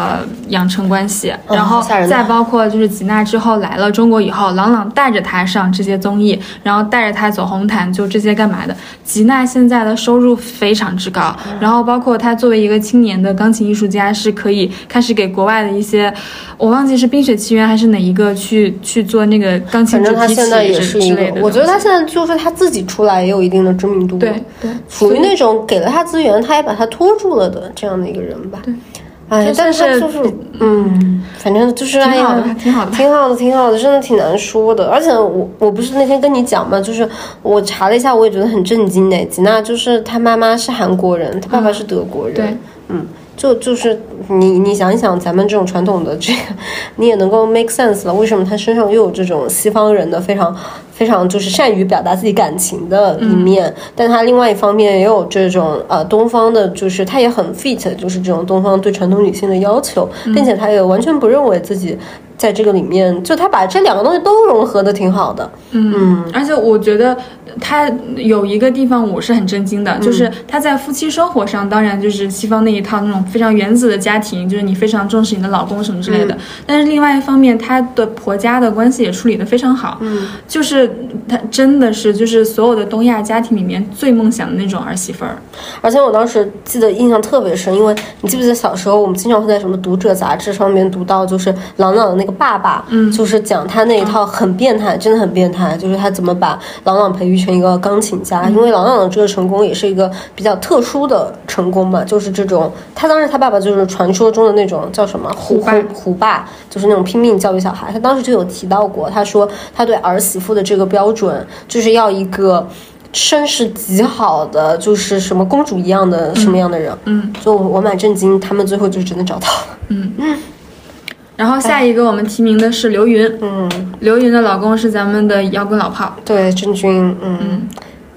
养成关系，嗯然后吓人的再包括就是吉娜之后来了中国以后，郎朗带着她上这些综艺，然后带着她走红毯，就这些干嘛的？吉娜现在的收入非常之高，嗯然后包括她作为一个青年的钢琴艺术家，是可以开始给国外的一些，我忘记是《冰雪奇缘》还是哪一个去去做那个钢琴反主正他题曲现在也之是一之个类的，东西。我觉得他现在就是他自己出来也有一定的知名度，对对属于那种给了他资源，他也把他拖住了的这样的一个人吧。对，哎，就但是他是就是嗯，反正就是挺哎好的呀，挺好的挺好的，挺好的，真的挺难说的。而且我我不是那天跟你讲嘛，就是我查了一下，我也觉得很震惊呢。吉娜就是她妈妈是韩国人，她爸爸是德国人，对嗯。就就是你你想一想，咱们这种传统的这个，你也能够 make sense 了。为什么她身上又有这种西方人的非常非常就是善于表达自己感情的一面，但她另外一方面也有这种呃东方的，就是她也很 fit，就是这种东方对传统女性的要求，并且她也完全不认为自己在这个里面，就她把这两个东西都融合的挺好的。嗯，而且我觉得他有一个地方我是很震惊的，就是他在夫妻生活上，当然就是西方那一套那种非常原子的家庭，就是你非常重视你的老公什么之类的。但是另外一方面，她的婆家的关系也处理得非常好，嗯、就是她真的是就是所有的东亚家庭里面最梦想的那种儿媳妇儿。而且我当时记得印象特别深，因为你记不记得小时候我们经常会在什么《读者》杂志上面读到，就是郎朗的那个爸爸，嗯，就是讲他那一套很变态，真的很变态，就是他怎么把郎朗培育成一个钢琴家，因为郎朗的这个成功也是一个比较特殊的成功嘛，就是这种他当时他爸爸就是传说中的那种叫什么虎虎爸虎虎爸，就是那种拼命教育小孩，他当时就有提到过，他说他对儿媳妇的这个标准就是要一个。身世极好的，就是什么公主一样的什么样的人，嗯，就我蛮震惊，他们最后就真的找到了，然后下一个我们提名的是刘芸，嗯，刘芸的老公是咱们的摇滚老炮，对，郑钧，嗯，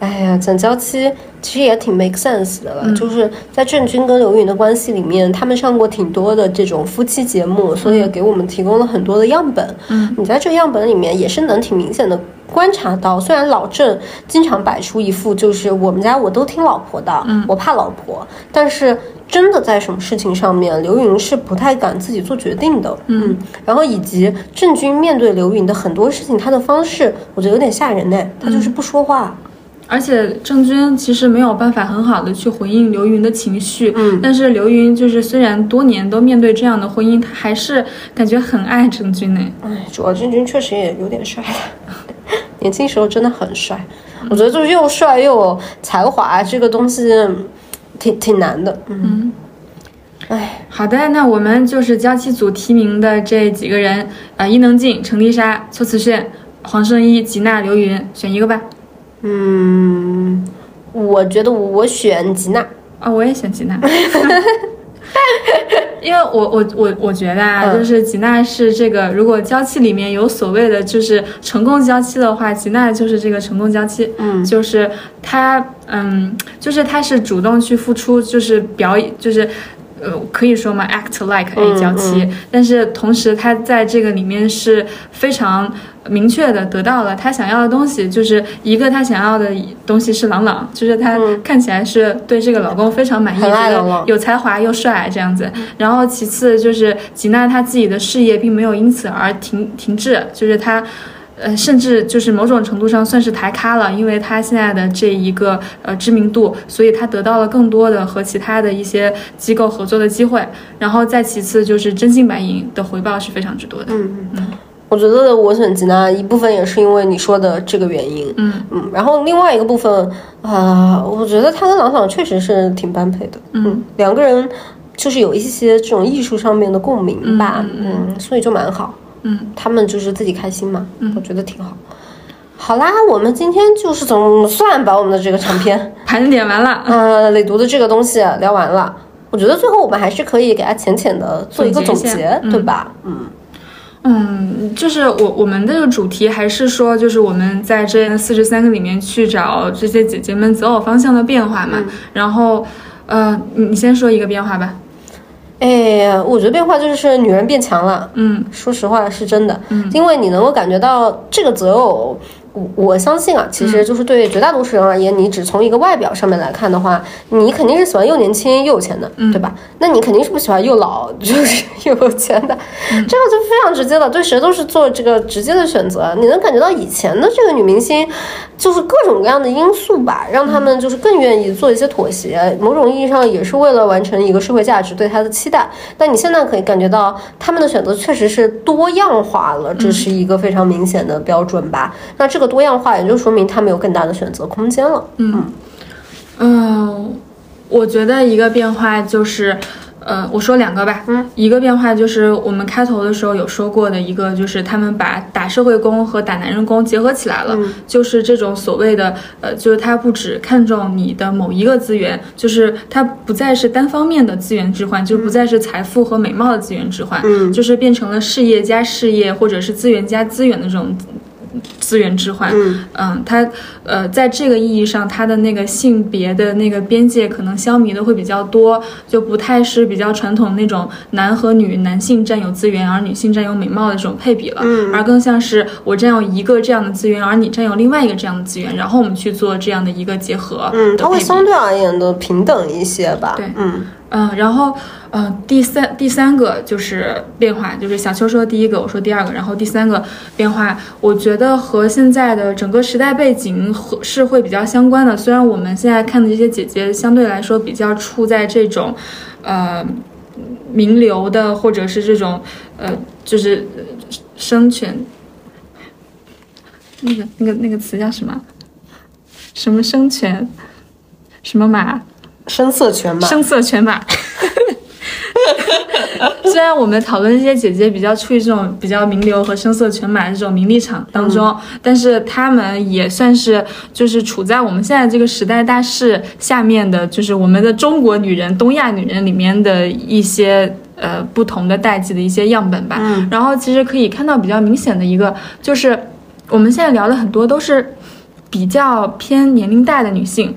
哎呀，蒋娇妻其实也挺 make sense 的了，嗯就是在郑钧跟刘允的关系里面，他们上过挺多的这种夫妻节目，所以也给我们提供了很多的样本，嗯，你在这个样本里面也是能挺明显的。观察到，虽然老郑经常摆出一副就是我们家我都听老婆的，嗯我怕老婆，但是真的在什么事情上面，刘云是不太敢自己做决定的，嗯然后以及郑钧面对刘云的很多事情，他的方式我觉得有点吓人呢，他嗯就是不说话，而且郑钧其实没有办法很好的去回应刘芸的情绪，嗯但是刘芸就是虽然多年都面对这样的婚姻，她还是感觉很爱郑钧呢。哎，主要郑钧确实也有点帅， 年轻时候真的很帅。我觉得就是又帅又有才华，这个东西挺挺难的。嗯，哎，好的，那我们就是娇妻组提名的这几个人，呃，伊能静、程丽莎、邱慈炫、黄圣依、吉娜、刘芸，选一个吧。嗯，我觉得我选吉娜。啊、我也选吉娜。因为我我我我觉得啊，嗯就是吉娜是这个，如果娇妻里面有所谓的就是成功娇妻的话，吉娜就是这个成功娇妻，嗯就是她，嗯，就是她是主动去付出，就是表演，就是。呃，可以说嘛，act like 哎 a 嗯娇妻，但是同时她在这个里面是非常明确的得到了她想要的东西，就是一个她想要的东西是朗朗，就是她嗯看起来是对这个老公非常满意，很觉爱得朗朗有才华又帅这样子。然后其次就是吉娜她自己的事业并没有因此而停停滞，就是她。呃，甚至就是某种程度上算是抬咖了，因为她现在的这一个呃知名度，所以她得到了更多的和其他的一些机构合作的机会。然后再其次就是真金白银的回报是非常之多的。嗯嗯，我觉得我选吉娜一部分也是因为你说的这个原因。嗯嗯，然后另外一个部分啊、我觉得他跟郎朗确实是挺般配的。嗯两个人就是有一些这种艺术上面的共鸣吧。嗯嗯嗯，所以就蛮好。嗯，他们就是自己开心嘛，嗯我觉得挺好。好啦，我们今天就是总算把我们的这个长篇， 盘点完了，呃，累读的这个东西聊完了。我觉得最后我们还是可以给它浅浅的做一个总总结一结，下嗯对吧？嗯嗯，就是我我们的这个主题还是说，就是我们在这四十三个里面去找这些姐姐们择偶方向的变化嘛。然后，呃，你你先说一个变化吧。哎，我觉得变化就是女人变强了，嗯说实话是真的，因为你能够感觉到这个择偶我我相信啊，其实就是对绝大多数人而言，你只从一个外表上面来看的话，你肯定是喜欢又年轻又有钱的，对吧？那你肯定是不喜欢又老 就是又有钱的，这样就非常直接了，对谁都是做这个直接的选择。你能感觉到以前的这个女明星，就是各种各样的因素吧，让他嗯们就是更愿意做一些妥协，某种意义上也是为了完成一个社会价值对她的期待。但你现在可以感觉到他们的选择确实是多样化了，这嗯是一个非常明显的标准吧。那这个多样化也就说明他们有更大的选择空间了。嗯，嗯，我觉得一个变化就是，呃，我说两个吧。嗯，一个变化就是我们开头的时候有说过的一个，就是他们把打社会工和打男人工结合起来了，嗯就是这种所谓的，呃，就是他不只看重你的某一个资源，就是他不再是单方面的资源置换，就是不再是财富和美貌的资源置换，嗯就是变成了事业加事业，或者是资源加资源的这种资源置换。嗯嗯，它呃，在这个意义上，它的那个性别的那个边界可能消弭的会比较多，就不太是比较传统那种男和女，男性占有资源，而女性占有美貌的这种配比了，嗯而更像是我占有一个这样的资源，而你占有另外一个这样的资源，然后我们去做这样的一个结合的配比，嗯，它会相对而言的平等一些吧。对嗯嗯，然后，呃，第三第三个就是变化，就是小秋说第一个，我说第二个，然后第三个变化，我觉得和现在的整个时代背景和是会比较相关的。虽然我们现在看的这些姐姐相对来说比较处在这种，呃，名流的或者是这种，呃，就是呃生权，那个那个那个词叫什么？什么生权？什么马？深色犬嘛，声色犬马。 虽然我们讨论这些姐姐比较处于这种比较名流和声色犬马这种名利场当中，但是她们也算是就是处在我们现在这个时代大势下面的，就是我们的中国女人、东亚女人里面的一些呃不同的代际的一些样本吧。嗯然后其实可以看到比较明显的一个，就是我们现在聊的很多都是比较偏年龄大的女性，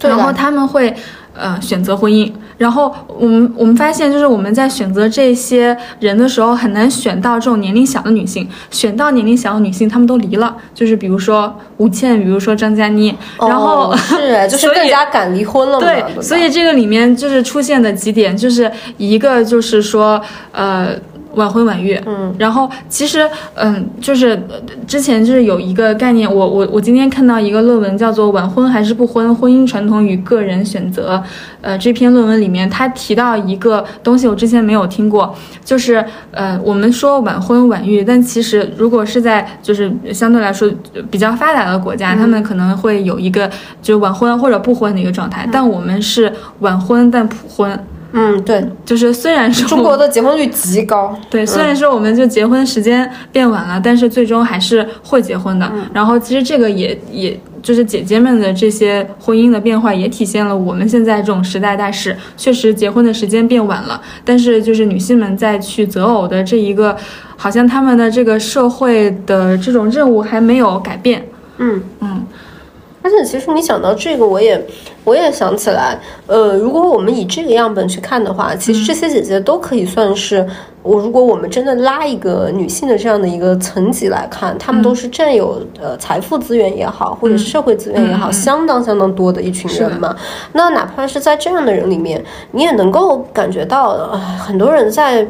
对然后的他们会呃选择婚姻。然后我们我们发现，就是我们在选择这些人的时候，很难选到这种年龄小的女性。选到年龄小的女性，她们都离了，就是比如说吴倩，比如说张嘉倪，然 后、哦、是就是所以更加敢离婚了嘛。对，吧所以这个里面就是出现的几点，就是一个就是说，呃。晚婚晚育，嗯，然后其实，嗯，就是呃之前就是有一个概念，我我我今天看到一个论文叫做《晚婚还是不婚：婚姻传统与个人选择》，呃，这篇论文里面他提到一个东西，我之前没有听过，就是呃，我们说晚婚晚育，但其实如果是在就是相对来说呃比较发达的国家，他们可能会有一个就是晚婚或者不婚的一个状态，但我们是晚婚但普婚，嗯，对，就是虽然说中国的结婚率极高。对，虽然说我们就结婚时间变晚了，但是最终还是会结婚的。然后其实这个也也就是姐姐们的这些婚姻的变化，也体现了我们现在这种时代大势。确实，结婚的时间变晚了，但是就是女性们在去择偶的这一个，好像她们的这个社会的这种任务还没有改变。嗯，嗯而且其实你讲到这个，我也我也想起来，呃，如果我们以这个样本去看的话，其实嗯这些姐姐都可以算是我。如果我们真的拉一个女性的这样的一个层级来看，她们都是占有呃财富资源也好，或者是社会资源也好，嗯嗯嗯嗯相当相当多的一群人嘛。那哪怕是在这样的人里面，你也能够感觉到，呃、很多人在。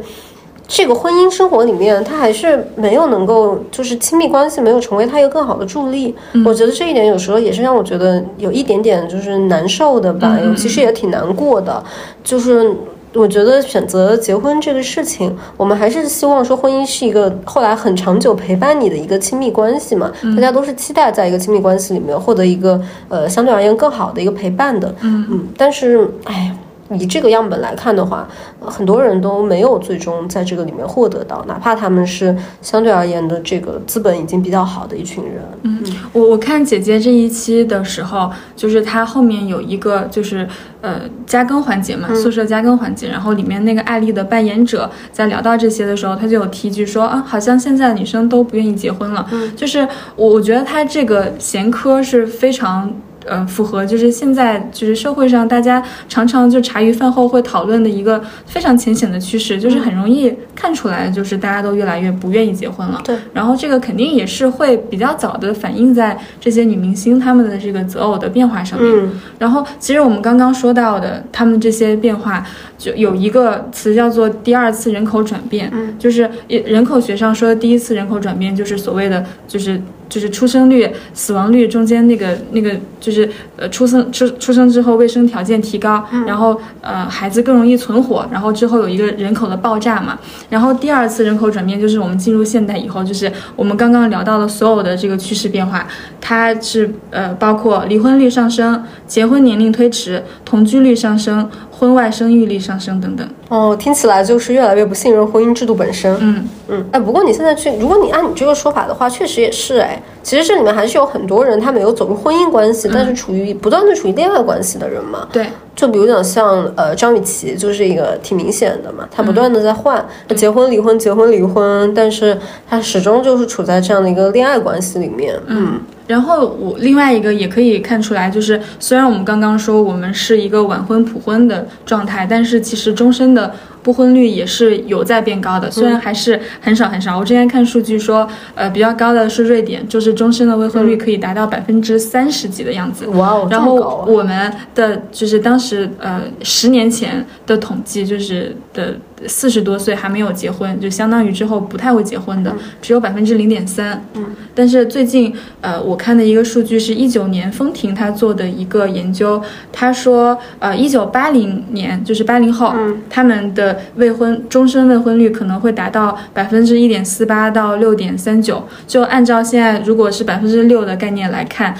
这个婚姻生活里面，他还是没有能够，就是亲密关系没有成为他一个更好的助力。嗯我觉得这一点有时候也是让我觉得有一点点就是难受的吧，嗯嗯嗯其实也挺难过的。就是我觉得选择结婚这个事情，我们还是希望说婚姻是一个后来很长久陪伴你的一个亲密关系嘛，嗯大家都是期待在一个亲密关系里面获得一个呃相对而言更好的一个陪伴的。嗯嗯，但是哎。以这个样本来看的话，呃很多人都没有最终在这个里面获得到，哪怕他们是相对而言的这个资本已经比较好的一群人。嗯，我我看姐姐这一期的时候，就是她后面有一个就是呃加更环节嘛，宿舍加更环节，然后里面那个艾丽的扮演者在聊到这些的时候，她就有提一句说啊，好像现在的女生都不愿意结婚了，就是我我觉得她这个闲科是非常。呃符合就是现在就是社会上大家常常就茶余饭后会讨论的一个非常浅显的趋势，就是很容易看出来，就是大家都越来越不愿意结婚了。对，然后这个肯定也是会比较早的反映在这些女明星她们的这个择偶的变化上面。嗯然后，其实我们刚刚说到的她们这些变化，就有一个词叫做第二次人口转变，嗯就是也人口学上说的第一次人口转变，就是所谓的就是就是出生率、死亡率中间那个那个就是呃出生出出生之后卫生条件提高，嗯然后呃孩子更容易存活，然后之后有一个人口的爆炸嘛。然后第二次人口转变就是我们进入现代以后，就是我们刚刚聊到的所有的这个趋势变化，它是呃包括离婚率上升、结婚年龄推迟、同居率上升、婚外生育率上升等等。哦，听起来就是越来越不信任婚姻制度本身。嗯，嗯，哎，不过你现在去，如果你按你这个说法的话，确实也是哎。其实这里面还是有很多人，他没有走入婚姻关系，但是嗯处于不断的处于恋爱关系的人嘛。对。就比如讲像呃张雨绮就是一个挺明显的嘛，她嗯不断的在换、结婚离婚结婚离婚，但是她始终就是处在这样的一个恋爱关系里面。嗯然后我另外一个也可以看出来，就是虽然我们刚刚说我们是一个晚婚普婚的状态，但是其实终身的不婚率也是有在变高的，虽然还是很少很少。我之前看数据说，呃，比较高的是瑞典，就是终身的未婚率可以达到百分之三十几的样子。哇哦，然这么高后啊我们的就是当时呃十年前的统计，就是的四十多岁还没有结婚，就相当于之后不太会结婚的，只有百分之零点三。嗯，但是最近呃我看的一个数据是一九年丰田他做的一个研究，他说呃一九八零年就是八零后，嗯他们的未婚终身未婚率可能会达到百分之一点四八到六点三九，就按照现在如果是百分之六的概念来看。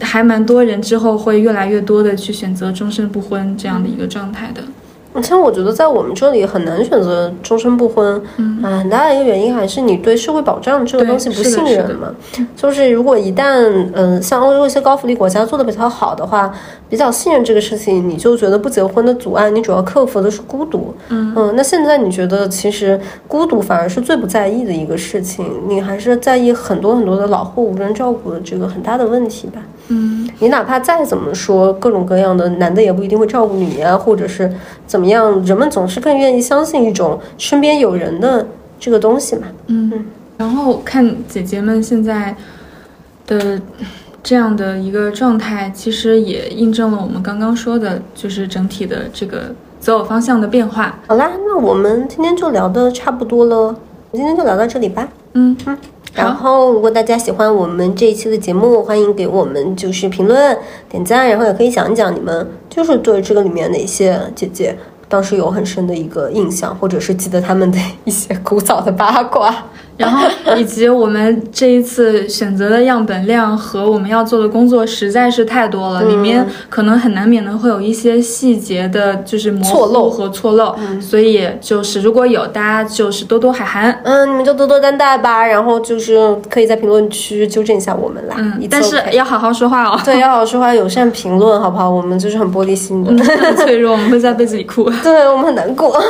还蛮多人之后会越来越多的去选择终身不婚这样的一个状态的。而且我觉得在我们这里很难选择终身不婚，嗯啊，很大的一个原因还是你对社会保障这个对东西不是的信是任的嗯嘛。就是如果一旦嗯、呃像欧洲一些高福利国家做的比较好的话，比较信任这个事情，你就觉得不结婚的阻碍，你主要克服的是孤独。嗯那现在你觉得其实孤独反而是最不在意的一个事情，你还是在意很多很多的老后无人照顾的这个很大的问题吧。嗯，你哪怕再怎么说各种各样的，男的也不一定会照顾你啊，或者是怎么样，人们总是更愿意相信一种身边有人的这个东西嘛。嗯，然后看姐姐们现在的这样的一个状态，其实也印证了我们刚刚说的，就是整体的这个择偶方向的变化。好啦，那我们今天就聊的差不多了，今天就聊到这里吧。嗯，然后，如果大家喜欢我们这一期的节目，欢迎给我们就是评论、点赞，然后也可以讲一讲你们就是对这个里面哪些姐姐当时有很深的一个印象，或者是记得她们的一些古早的八卦。然后以及我们这一次选择的样本量和我们要做的工作实在是太多嗯了，里面可能很难免的会有一些细节的，就是模错漏糊嗯和错漏，所以也就是如果有，大家就是多多海涵。嗯，你们就多多担待吧，然后就是可以在评论区纠正一下我们啦。嗯 It's，但是 okay 要好好说话哦，对要好好说话，友善评论， 好不好？我们就是很玻璃心的。很脆弱，我们会在被子里哭。对我们很难过。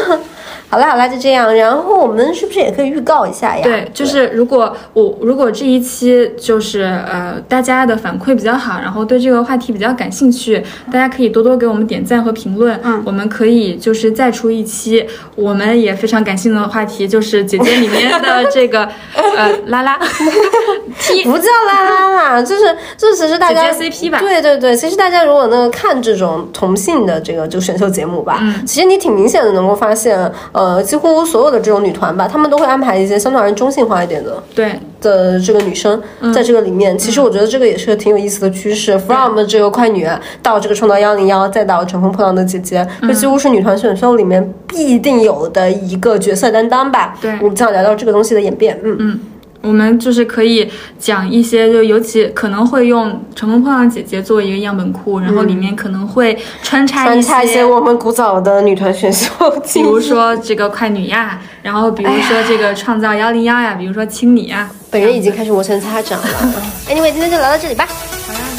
好啦好啦，就这样。然后我们是不是也可以预告一下呀？对，就是如果我如果这一期就是呃大家的反馈比较好，然后对这个话题比较感兴趣，大家可以多多给我们点赞和评论。嗯我们可以就是再出一期我们也非常感兴趣的话题，就是姐姐里面的这 个呃拉拉 T 不叫啦啦啦， 就是就是，其实大家姐姐 CP 吧对对对，其实大家如果那个看这种同性的这个就选秀节目吧，嗯其实你挺明显的能够发现，呃，几乎所有的这种女团吧，她们都会安排一些相对而言中性化一点的对的这个女生嗯在这个里面，其实我觉得这个也是个挺有意思的趋势。From 这个快女啊到这个创造幺零幺，再到乘风破浪的姐姐，嗯这几乎是女团选秀里面必定有的一个角色担当吧。对我们想聊聊这个东西的演变。嗯，我们就是可以讲一些，就尤其可能会用《乘风破浪姐姐》作为一个样本库，然后里面可能会穿插嗯穿一插一些些我们古早的女团选秀，比如说这个快女呀，然后比如说这个创造幺零幺呀，比如说青你呀，本人已经开始摩拳擦掌了。anyway，今天就聊到这里吧。好啦。